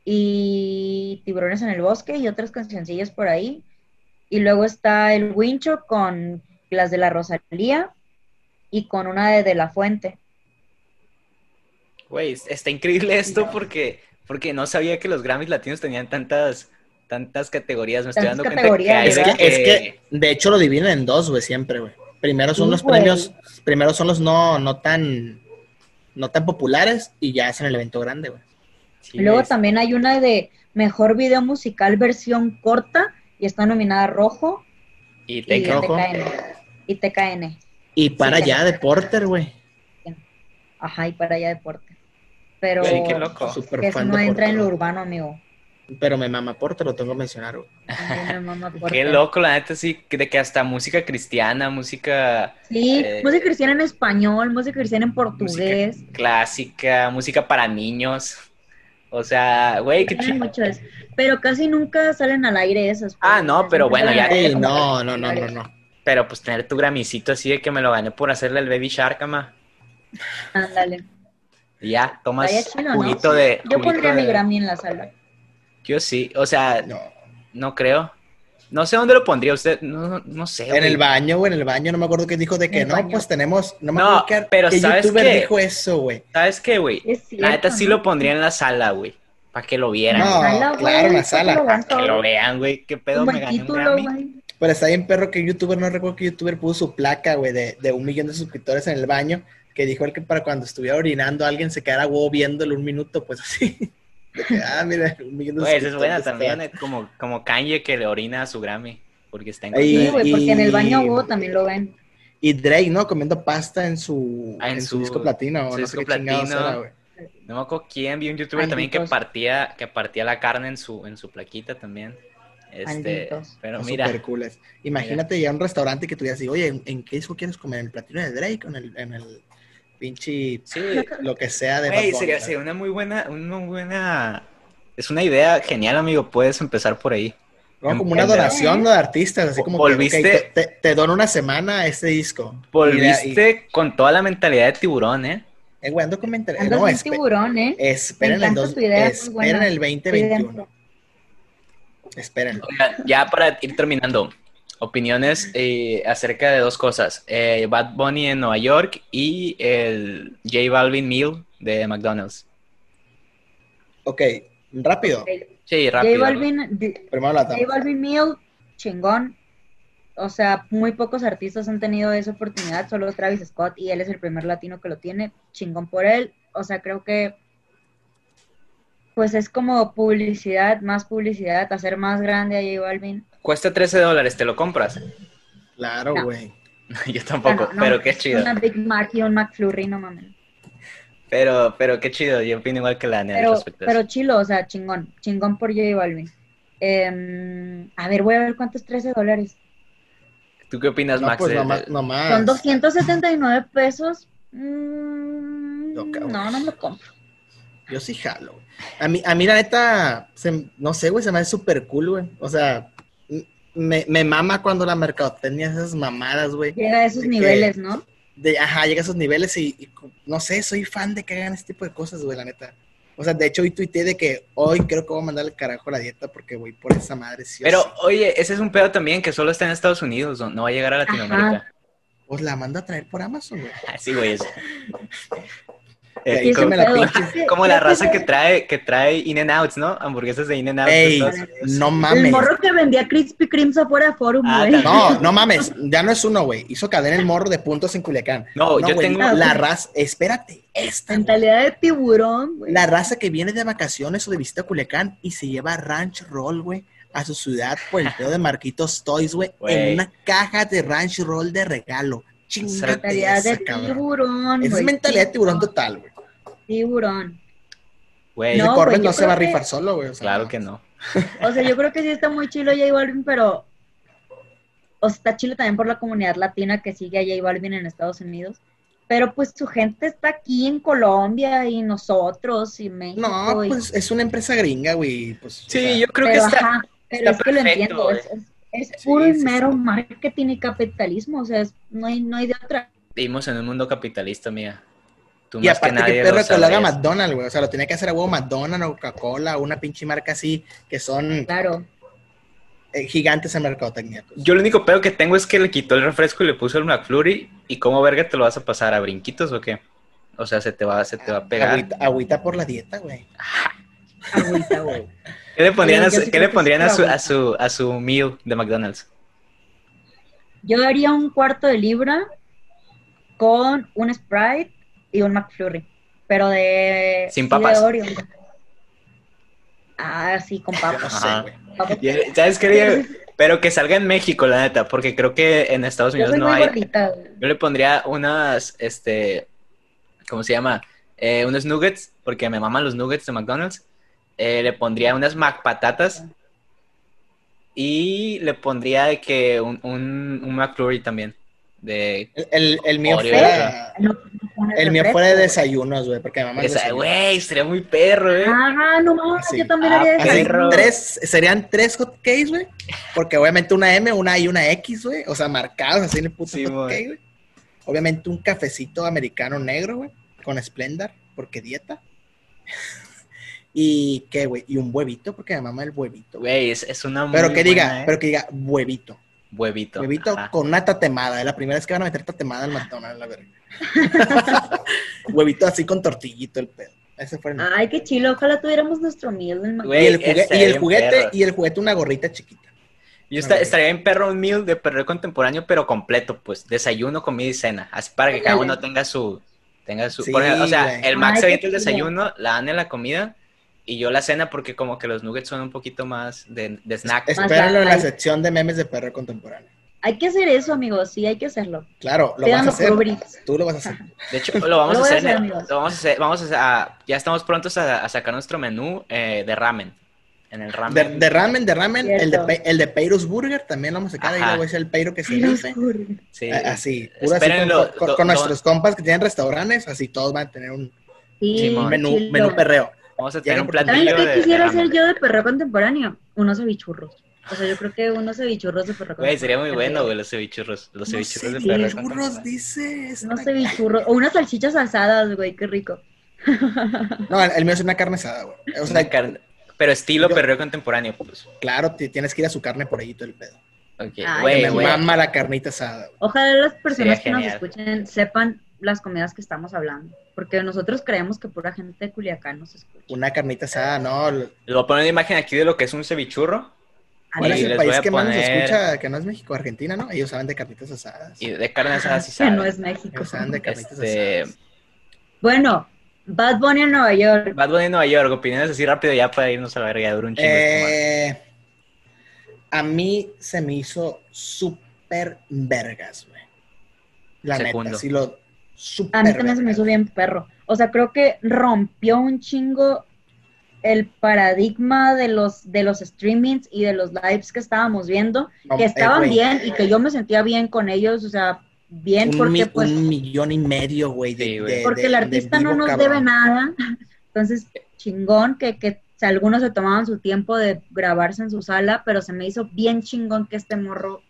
Y Tiburones en el Bosque y otras cancioncillas por ahí. Y luego está el Wincho con las de la Rosalía y con una de De La Fuente.
Güey, es- está increíble esto porque, porque no sabía que los Grammys latinos tenían tantas, tantas categorías. Me estoy
Tantas
dando
categorías,
Es
cuenta
que,
¿verdad?
que, hay
es
de
que, de hecho, lo dividen en dos, güey, siempre, güey. Primero son
Sí,
los
Mm, güey.
premios, primero son los no, no tan, no tan populares y ya hacen el evento grande, güey.
Sí,
Luego
es-
también hay una de Mejor Video Musical Versión Corta y está nominada Rojo
Y te
y
Rojo.
TKN. Y TKN.
Y para
Sí,
allá
también.
de Porter, güey.
Ajá, y para allá deporte. Pero
Sí, qué loco.
Súper
que eso
fan
no
de
entra en lo
Porter.
urbano, amigo.
Pero me mama Porter, lo tengo que mencionar, güey.
Ay, me mama
Qué
Porter.
loco, la neta, sí, que- de que hasta música cristiana, música
Sí,
Eh,
música cristiana en español, música cristiana en portugués.
clásica, música para niños. O sea, güey, qué
Tienen
chido.
mucho de eso. Pero casi nunca salen al aire esas. pues.
Ah, no, pero
Nunca
bueno,
salen
ya-
al aire
Ey,
como
no,
que-
no, no, no, no.
Pero pues tener tu gramicito así de que me lo gané por hacerle el Baby Shark, ama.
Ándale.
Y ya, tomas
Estaría chido, ¿no?
juguito de.
Yo
juguito
pondría mi
de-
Grammy en la sala.
Yo sí, o sea, no,
No.
creo. No sé dónde lo pondría usted, no, no sé.
En
güey.
el baño, güey, en el baño, no me acuerdo que dijo de que
el
no,
baño.
pues tenemos, no me
No,
acuerdo qué-
pero
qué
¿sabes
youtuber
qué?
dijo eso, güey.
¿Sabes qué, güey?
Es
La neta
cierto,
sí
¿no?
lo pondría en la sala, güey. Para que lo vieran.
No,
güey.
Sala, güey,
claro, en la
¿por qué
sala.
lo van
Que
todo?
lo vean, güey. ¿Qué pedo?
Un
Me
buen
gané un
título,
Grammy.
güey.
Pero está bien perro que youtuber, no recuerdo que youtuber puso su placa, güey, de, de un millón de suscriptores en el baño, que dijo el que para cuando estuviera orinando alguien se quedara huevo viéndolo un minuto, pues así. De que, ah, mira, un millón de
Güey,
suscriptores.
esa es buena
está.
también, eh, como, como Kanye que le orina a su Grammy, porque está en
Ahí-
contra
Sí,
de-
güey,
y-
porque en el baño hubo también lo ven.
Y Drake, ¿no? Comiendo pasta en su,
Ah, en
en su,
su-
disco platino, o
su
no sé
disco
qué chingados
platino.
era, güey.
No me acuerdo quién, vi un youtuber también que
Malditos.
partía, que partía la carne en su, en su plaquita también. Este,
Malditos.
pero
Son
mira,
Super cooles. Imagínate ya un restaurante que tú digas, oye, ¿en, en qué disco quieres comer? ¿En el platino de Drake o en el, en el pinche
sí,
lo que sea de
güey,
Bad Bunny,
sería,
¿no?
sería una muy buena, una muy buena es una idea genial, amigo. Puedes empezar por ahí.
No, como una donación de artistas, así como
Volviste-
que ok, te, te- te dono una semana a este disco. Y la- y-
Volviste con toda la mentalidad de tiburón, ¿eh?
eh, güey, ando con mental-
Andas
No,
un
espe-
tiburón, ¿eh?
esperen
Me
el,
encanta
dos-
tu idea, muy
esperen
buena.
el 2021. Espérenlo.
Oigan, ya para ir terminando, opiniones eh, acerca de dos cosas: eh, Bad Bunny en Nueva York y el J Balvin Meal de McDonald's.
Ok, rápido.
Sí,
J
rápido.
Balvin, di-
Primero la
J
tabla.
Balvin Mill, chingón. O sea, muy pocos artistas han tenido esa oportunidad, solo Travis Scott y él es el primer latino que lo tiene, chingón por él. O sea, creo que pues es como publicidad, más publicidad, hacer más grande a J Balvin.
Cuesta 13 dólares, ¿te lo compras?
Claro,
No.
güey.
Yo tampoco,
Bueno, no,
pero qué chido.
Una Big Mac y un McFlurry, no mames.
Pero, pero qué chido, yo opino igual que la Ana al
Pero,
respecto a eso.
pero chilo, o sea, chingón, chingón por J Balvin. Em, a ver, voy a ver cuánto es 13 dólares.
¿Tú qué opinas,
No,
Max?
pues
de-
nomás.
de-
nomás.
Son 279 pesos. Mm,
No, cabrón.
no, no me lo compro.
Yo sí jalo, güey. A mí, a mí la neta, se- no sé, güey, se me hace súper cool, güey. O sea, m- me, me mama cuando la mercadotecnia hace esas mamadas, güey.
Llega a esos
De que-
niveles, ¿no?
de, ajá, llega a esos niveles y, y cu- no sé, soy fan de que hagan este tipo de cosas, güey, la neta. O sea, de hecho, hoy tuiteé de que hoy creo que voy a mandar el carajo a la dieta porque voy por esa madre. sí o
Pero,
sí.
oye, ese es un pedo también que solo está en Estados Unidos, no no va a llegar a Latinoamérica.
Pues la mando a traer por Amazon, güey.
Así, güey. es-
Eh,
Eh,
y que
es
como,
un
me la
pedo.
pinche-
como la
Creo
raza que
es-
trae, que trae In and Outs, ¿no? Hamburguesas de In and Outs. de
Ey,
Estados Unidos.
no
El
mames.
morro que vendía Krispy Kremes afuera de Forum,
Ah,
güey.
también.
No, no mames, ya no es uno, güey. Hizo cadena el morro de puntos en Culiacán.
No, yo
güey,
tengo-
Ah,
La raza, espérate, esta, güey.
Mentalidad de tiburón, güey.
La raza que viene de vacaciones o de visita a Culiacán y se lleva Ranch Roll, güey, a su ciudad por el pedo de Marquitos Toys, güey,
Güey.
en una caja de Ranch Roll de regalo. Chingate
Mentalidad de
esa, cabrón.
tiburón.
Esa es
güey.
mentalidad de tiburón total, güey.
Tiburón.
Güey,
Ese
No,
Corbel
güey, yo
no se va a
creo que-
rifar solo, güey. o sea,
claro que no.
O sea, yo creo que sí está muy chilo J Balvin, pero. O sea, está chilo también por la comunidad latina que sigue a J Balvin en Estados Unidos. Pero pues su gente está aquí en Colombia y nosotros y México.
No,
y-
pues es una empresa gringa, güey. Pues, o sea,
Sí, yo creo que
pero,
está.
ajá, pero
está
es que lo
perfecto,
entiendo.
güey.
Es, es- es
Sí,
puro
sí,
y
sí.
mero marketing y capitalismo. O sea, es- no, hay, no hay de otra.
Vivimos en un mundo capitalista, mía. Tú
Y
más que
aparte que,
nadie lo
perro que lo haga
sabrías.
McDonald's, güey. O sea, lo tenía que hacer a huevo McDonald's o Coca-Cola, una pinche marca así, que son
Claro.
eh, gigantes en mercadotecnia. pues.
Yo lo único pedo que tengo es que le quitó el refresco y le puso el McFlurry. ¿Y cómo verga te lo vas a pasar? ¿A brinquitos o qué? O sea, se te va, se te va a pegar.
Agüita, agüita por la dieta, güey.
Agüita, güey.
¿Qué le pondrían, a
Sí, yo sí
su, ¿qué
creo
le
que
pondrían a,
es
su,
pura
a, su, a su meal de McDonald's?
Yo haría un cuarto de libra con un Sprite y un McFlurry. Pero de.
Sin
sí,
papas.
De Oreo. Ah, sí, con
Yo no
papas.
sé,
Ajá.
güey.
papas.
Y, ¿Sabes qué? Pero que salga en México, la neta, porque creo que en Estados
Yo
Unidos
soy
no
muy
hay.
gordita, güey.
Yo le pondría unas, este, ¿cómo se llama? Eh, unos nuggets, porque me maman los nuggets de McDonald's. Eh, le pondría unas McPatatas. Y le pondría de que un, un, un McFlurry también. De,
El, el- el mío
Oreo,
fuera.
No, no pone
El mío
refresco,
fuera de
güey.
desayunos, güey, porque mi mamá
esa, güey, sería muy perro, eh.
Ah, no mames,
Sí.
yo también
Ah,
haría
pues,
desayuno.
perro.
tres, serían tres hotcakes, güey, porque obviamente una M, una A y una X, güey, o sea, marcados así en el puto
Sí,
hotcake, güey. Obviamente un cafecito americano negro, güey, con Splendor, porque dieta. y qué, güey, y un huevito, porque mi mamá el huevito. güey.
Güey, es, es una muy
Pero que diga,
buena, eh.
pero que diga huevito.
Huevito.
Huevito
ajá.
con una tatemada. Es la primera vez que van a meter tatemada al McDonald's, la verga. huevito así con tortillito el pedo. Ese fue el mío.
Ay, qué chilo. Ojalá tuviéramos nuestro meal en
Ah, Güey,
y el, jugue-
ese
y el
bien
juguete
perro.
y el juguete una gorrita chiquita.
Yo esta-
Ok.
estaría en perro un meal de perro contemporáneo, pero completo, pues. Desayuno, comida y cena. Así para que cada
Ándale.
uno tenga su. Tenga su
Sí,
por ejemplo, o sea,
güey.
el
Ay,
Max se
qué
avienta el
chido.
desayuno, la Ana la comida y yo la cena porque como que los nuggets son un poquito más de, de snack.
Es-
Espéralo en la
Ay.
sección de memes de perro contemporáneo.
Hay que hacer eso, amigos. Sí, hay que hacerlo.
Claro, lo
Pidan
vas a
los
hacer.
Rubrics.
Tú lo vas a hacer.
De hecho, lo vamos
Lo
a
voy a
hacer. en
hacer,
el-
amigos.
lo vamos a hacer. Vamos a, hacer- a- ah, ya estamos prontos a, a sacar nuestro menú eh, de ramen. En el
De,
ramen.
de ramen, de ramen, el de,
Cierto.
Pe- el de Peiros Burger también lo vamos a sacar. Ahí
Ajá.
luego es el Peiro que se
Ay, los
dice.
Rubrics.
sí.
eh, Así, puro así con,
Espérenlo,
con-
do-
con
do-
nuestros compas que tienen restaurantes, así todos van a tener un
Sí,
Simón.
menú,
chilo.
menú perreo.
Vamos a tener un
¿Saben
platillo
qué
de...
quisiera
de
hacer
ramen.
yo de perro contemporáneo? Unos cevichurros. O sea, yo creo que unos cevichurros de perro
Güey,
contemporáneo.
sería muy bueno, güey, los cevichurros. Los cevichurros de perro. con
burros
camarón.
dices.
Unos cevichurros. O unas salchichas asadas, güey, qué rico.
No, el, el mío es una carne asada, güey. O
Una
sea,
carne- Pero estilo
Yo-
perreo contemporáneo, pues. Ah,
claro, te- tienes que ir a su carne por ahí y todo el pedo.
Ok,
Ay,
güey,
Me
no
güey.
mama la carnita asada, güey.
Ojalá las personas
Sería
que nos
genial.
escuchen sepan las comidas que estamos hablando. Porque nosotros creemos que pura gente de Culiacán nos escucha.
Una carnita asada, no. lo-
Les voy a poner una imagen aquí de lo que es un cevichurro
¿Cuál
Y
es el
les voy
país
a
que más nos
poner-
escucha? Que no es México, Argentina, ¿no? Ellos saben de carnitas asadas.
y de carne asada, sí
Que no
saben.
es México.
Ellos saben de carnitas
Este,
asadas.
Bueno, Bad Bunny en Nueva York.
Bad Bunny en Nueva York, opiniones así rápido ya para irnos a la verga, ya dura un chingo este mal.
Eh, a mí se me hizo súper vergas, güey. La
Segundo.
neta, sí lo... Súper
A mí también se me
vergas.
hizo bien perro.
O sea, creo que rompió un chingo el paradigma de los, de los streamings y de los lives que estábamos viendo,
No,
que
eh,
estaban
güey,
bien y que yo me sentía bien con ellos, o sea, bien
Un, mi-
porque pues
un millón y medio, güey. de-
Sí, güey.
de-
porque
de-
el
de
artista no
vivo,
nos
cabrón.
debe nada. Entonces, chingón que, que si algunos se tomaban su tiempo de grabarse en su sala, pero se me hizo bien chingón que este morro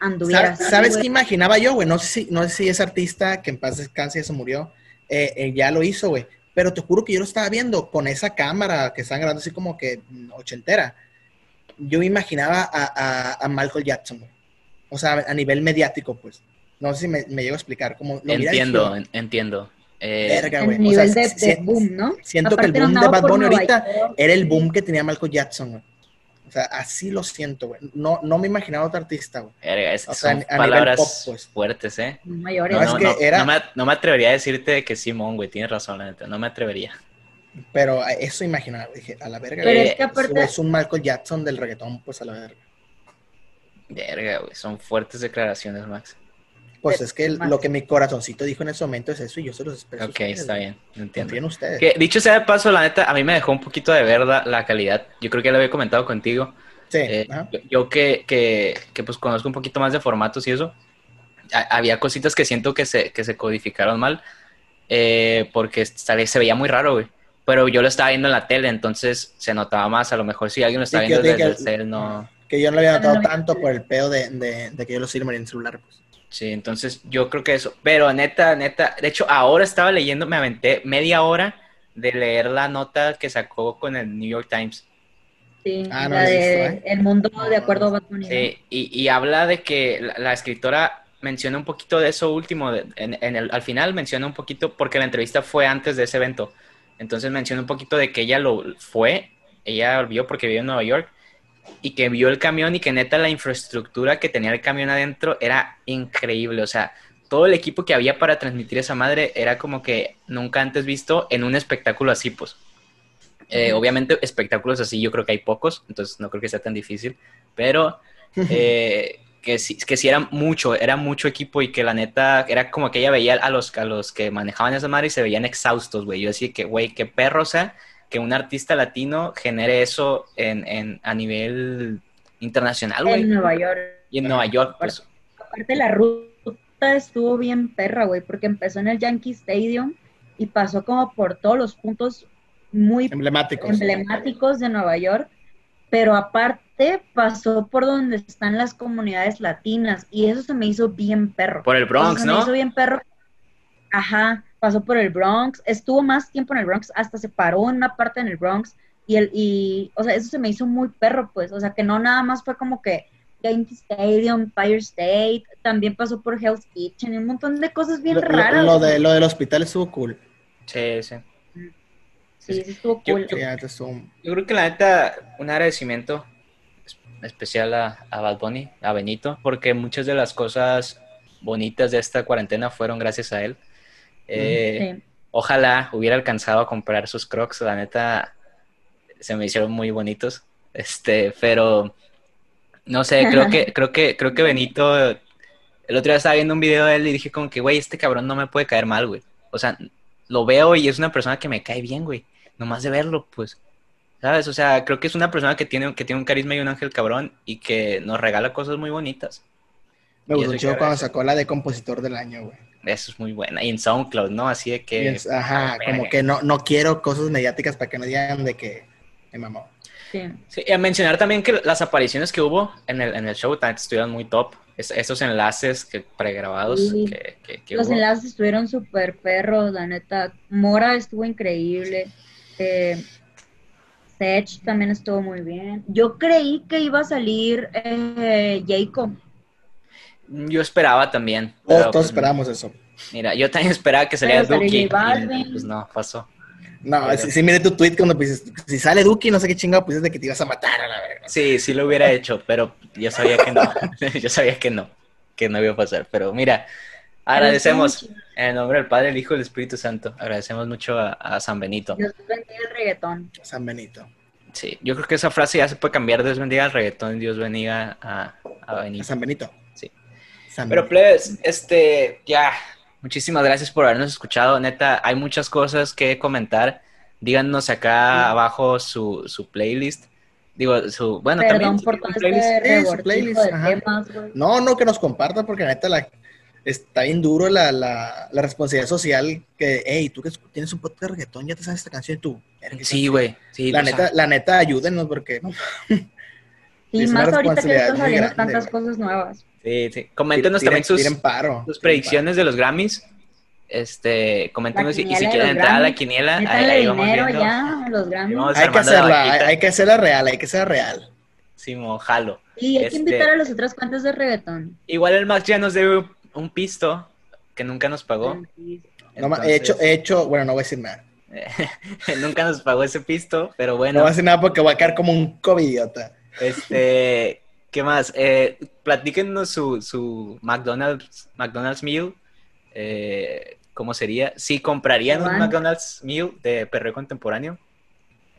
anduviera.
¿Sabes,
así,
¿sabes
güey.
qué imaginaba yo, güey? No sé si, no sé si ese artista que en paz descanse ya se murió, eh, eh, ya lo hizo, güey. Pero te juro que yo lo estaba viendo con esa cámara que están grabando así como que mm, ochentera. Yo me imaginaba a, a- a Michael Jackson, güey. O sea, a nivel mediático, pues. No sé si me, me llego a explicar cómo lo hubiera
Entiendo,
hecho.
en- entiendo. Eh,
Verga,
El
güey. O
nivel
sea,
de,
si-
de
si-
boom, ¿no?
siento que el
Aparte,
boom de
andaba
Bad
por
Bunny
Nueva
ahorita
York.
era el boom que tenía Michael Jackson, güey. O sea, así lo siento, güey. No, no me imaginaba otro artista, güey.
verga, es que
O sea,
son
a nivel
palabras
pop, pues.
fuertes, ¿eh?
Mayores.
No,
es
no,
que
no,
era-
no me, no me atrevería a decirte que Simón, güey, tienes razón, la neta, no me atrevería.
Pero a- eso imaginaba, dije, a la verga,
Pero
güey.
es que aparte-
Es un Michael Jackson del reggaetón, pues a la verga.
Verga, güey, son fuertes declaraciones, Max.
Pues
Pero-
es que el-
más.
lo que mi corazoncito dijo en ese momento es eso y yo se los expreso. a
Ok,
ustedes,
está
Pues güey.
bien, entiendo.
Confíen ustedes.
Que, dicho sea de paso, la neta, a mí me dejó un poquito de ver la, la calidad. Yo creo que ya lo había comentado contigo.
Sí,
Eh,
ajá.
yo- yo que, que, que, pues conozco un poquito más de formatos y eso, ha- había cositas que siento que se, que se codificaron mal, eh, porque sale- se veía muy raro, güey. Pero yo lo estaba viendo en la tele, entonces se notaba más. A lo mejor si alguien lo estaba
Sí, que-
viendo
que-
desde el
que-
cel, no.
Que yo no lo había notado
no, no,
tanto por el pedo de, de- de que yo lo sirvo en el celular. Pues.
Sí, entonces yo creo que eso. Pero neta, neta, de hecho ahora estaba leyendo, me aventé media hora de leer la nota que sacó con el New York Times.
Sí,
Ah, no
la
lo he
de
visto, ¿eh?
El mundo de acuerdo a Bad Bunny. ¿no?
Sí, Eh, y, y habla de que la, la escritora menciona un poquito de eso último, de- en, en el, al final menciona un poquito, porque la entrevista fue antes de ese evento, entonces menciona un poquito de que ella lo fue, ella vio porque vive en Nueva York, y que vio el camión y que neta la infraestructura que tenía el camión adentro era increíble, o sea, todo el equipo que había para transmitir esa madre era como que nunca antes visto en un espectáculo así, pues. Eh, obviamente espectáculos así yo creo que hay pocos, entonces no creo que sea tan difícil, pero eh, que, sí, que sí era mucho, era mucho equipo y que la neta era como que ella veía a los, a los que manejaban esa madre y se veían exhaustos, güey. Yo decía que, güey, qué perro, o sea, que un artista latino genere eso en, en- a nivel internacional,
En
güey.
Nueva York.
Y en Nueva York, pues.
Aparte, la ruta estuvo bien perra, güey, porque empezó en el Yankee Stadium y pasó como por todos los puntos muy
Emblemáticos.
emblemáticos de Nueva York, pero aparte pasó por donde están las comunidades latinas y eso se me hizo bien perro.
Por el Bronx,
Eso se me
¿no?
hizo bien perro. Ajá, pasó por el Bronx, estuvo más tiempo en el Bronx, hasta se paró en una parte en el Bronx y el y o sea, eso se me hizo muy perro, pues, o sea, que no nada más fue como que Yankee Stadium, Empire State, también pasó por Hell's Kitchen, y un montón de cosas bien
Lo, lo-
raras.
lo de, lo del hospital estuvo cool.
Sí, sí.
Sí, sí estuvo
Yo-
cool.
Sí, la neta estuvo-
Yo creo que la neta, un agradecimiento es- especial a, a Bad Bunny, a Benito, porque muchas de las cosas bonitas de esta cuarentena fueron gracias a él. Eh,
Sí.
Ojalá hubiera alcanzado a comprar sus crocs, la neta se me hicieron muy bonitos. Este, pero no sé, creo que, creo que, creo que Benito, el otro día estaba viendo un video de él y dije como que, güey, este cabrón no me puede caer mal, güey. O sea, lo veo y es una persona que me cae bien, güey. Nomás de verlo, pues. ¿Sabes? O sea, creo que es una persona que tiene, que tiene un carisma y un ángel cabrón y que nos regala cosas muy bonitas.
Me
Y
gustó
eso
un chido
que
cuando
agradece.
sacó la de compositor del año, güey.
Eso es muy buena. Y en SoundCloud, ¿no? Así de que.
Y es- Ajá,
Eh, verga.
como que no, no quiero cosas mediáticas para que no digan de que me mamó.
Sí.
Sí, y a mencionar también que las apariciones que hubo en el, en el show también estuvieron muy top. Es- esos enlaces que pregrabados
Sí.
que, que- que
Los
hubo.
enlaces estuvieron súper perros, la neta. Mora estuvo increíble. Eh, Sech también estuvo muy bien. Yo creí que iba a salir eh, Jacob.
Yo esperaba también.
Todos,
pero,
todos
pues,
esperábamos eso.
Mira, yo también esperaba que saliera
Pero salió
Duki.
J
y,
Balvin.
Pues no, pasó.
No,
Pero-
si, si mire tu tweet cuando pues, dices, si sale Duki, no sé qué chingado, pues es de que te ibas a matar a la verga.
Sí, sí lo hubiera hecho, pero yo sabía que no. yo sabía que no, que no iba a pasar. Pero mira, agradecemos en el nombre del Padre, el Hijo y el Espíritu Santo. Agradecemos mucho a, a San Benito.
Dios bendiga el reggaetón.
San Benito.
Sí, yo creo que esa frase ya se puede cambiar. Dios bendiga al reggaetón, Dios bendiga a, a Benito.
San Benito.
Sí.
San
Pero
Benito.
plebes, este, ya, muchísimas gracias por habernos escuchado. Neta, hay muchas cosas que comentar. Díganos acá abajo su, su playlist. Digo, su, bueno,
Perdón
también
por
su
todo
playlist.
este
Sí, su
revoltijo
playlist,
de
ajá.
temas, güey.
No, no, que nos comparta porque la neta la, está bien duro la, la, la responsabilidad social que, hey, tú que tienes un podcast de reggaetón, ya te sabes esta canción y tú. verga,
Sí, güey. Sí,
La
o sea,
neta, la neta, ayúdenos porque no,
Y
Es
más
una
ahorita que
responsabilidad
están
muy
saliendo
grande,
tantas
güey.
cosas nuevas.
sí, sí. Coméntenos
tiren-
también sus,
tiren paro, tiren
sus predicciones de los Grammys. Este, coméntenos
La
y, y si
quiniela de
quieren
los
entrar a la
Grammys.
quiniela, Ah, ahí,
Métanle
ahí vamos
dinero
viendo.
ya, los
Ahí
Grammys.
vamos
Hay que
armando la
hacerla, hay,
vaquita.
hay que hacerla real, hay que hacerla real.
Sí, mo, jalo.
Y hay
Este-
que invitar a las otras cuentas de reggaetón.
Igual el Max ya nos debe un- un pisto que nunca nos pagó.
No ma- he hecho,
Entonces-
he hecho, bueno, no voy a decir nada.
Nunca nos pagó ese pisto, pero
No
bueno,
voy a decir nada porque voy a quedar como un covidiota.
este, ¿qué más? Eh, platíquenos su, su McDonald's, McDonald's Meal, eh, ¿cómo sería? Si comprarían un
Juan.
McDonald's Meal de perreo contemporáneo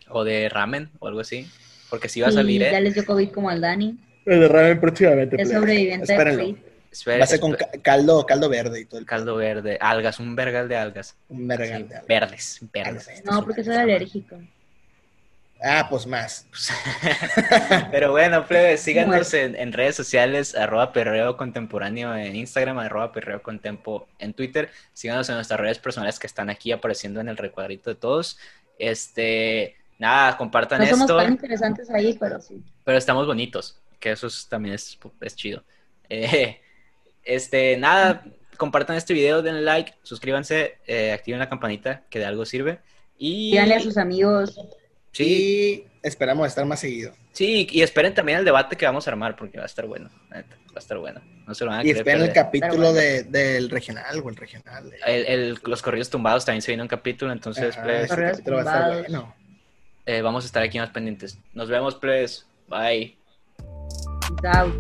o de ramen o algo así, porque si va a salir,
Y ya
¿eh?
les dio COVID como al Dani.
El de ramen próximamente. pues.
Es
plebe.
sobreviviente de
Espérenlo.
COVID.
Espera-
Va a ser con
espera-
ca- caldo, caldo verde y todo el
caldo verde, algas, un vergal de algas.
un verga
Sí,
de algo.
verdes, verdes.
No, porque soy alérgico.
Ah, pues más.
Pero bueno, plebes, síganos en, en redes sociales, arroba perreo contemporáneo en Instagram, arroba perreo contempo en Twitter. Síganos en nuestras redes personales que están aquí apareciendo en el recuadrito de todos. Este, nada, compartan
No somos
esto,
tan interesantes ahí, pero sí.
pero estamos bonitos, que eso es- también es, es chido. Eh, este, nada, compartan este video, denle like, suscríbanse, eh, activen la campanita, que de algo sirve. Y,
Díganle a sus amigos.
sí,
Y esperamos estar más seguido.
Sí, y esperen también el debate que vamos a armar, porque va a estar bueno. la neta, Va a estar bueno. No se lo van a
y
querer
esperen el
perder.
capítulo de- del regional o el regional. eh.
El- el- Los corridos tumbados también se viene un capítulo, entonces, pues,
Ajá,
plebes,
ese capítulo va a estar
tumbados.
bueno.
pues, eh, vamos a estar aquí más pendientes. Nos vemos, plebes. Bye.
Chao.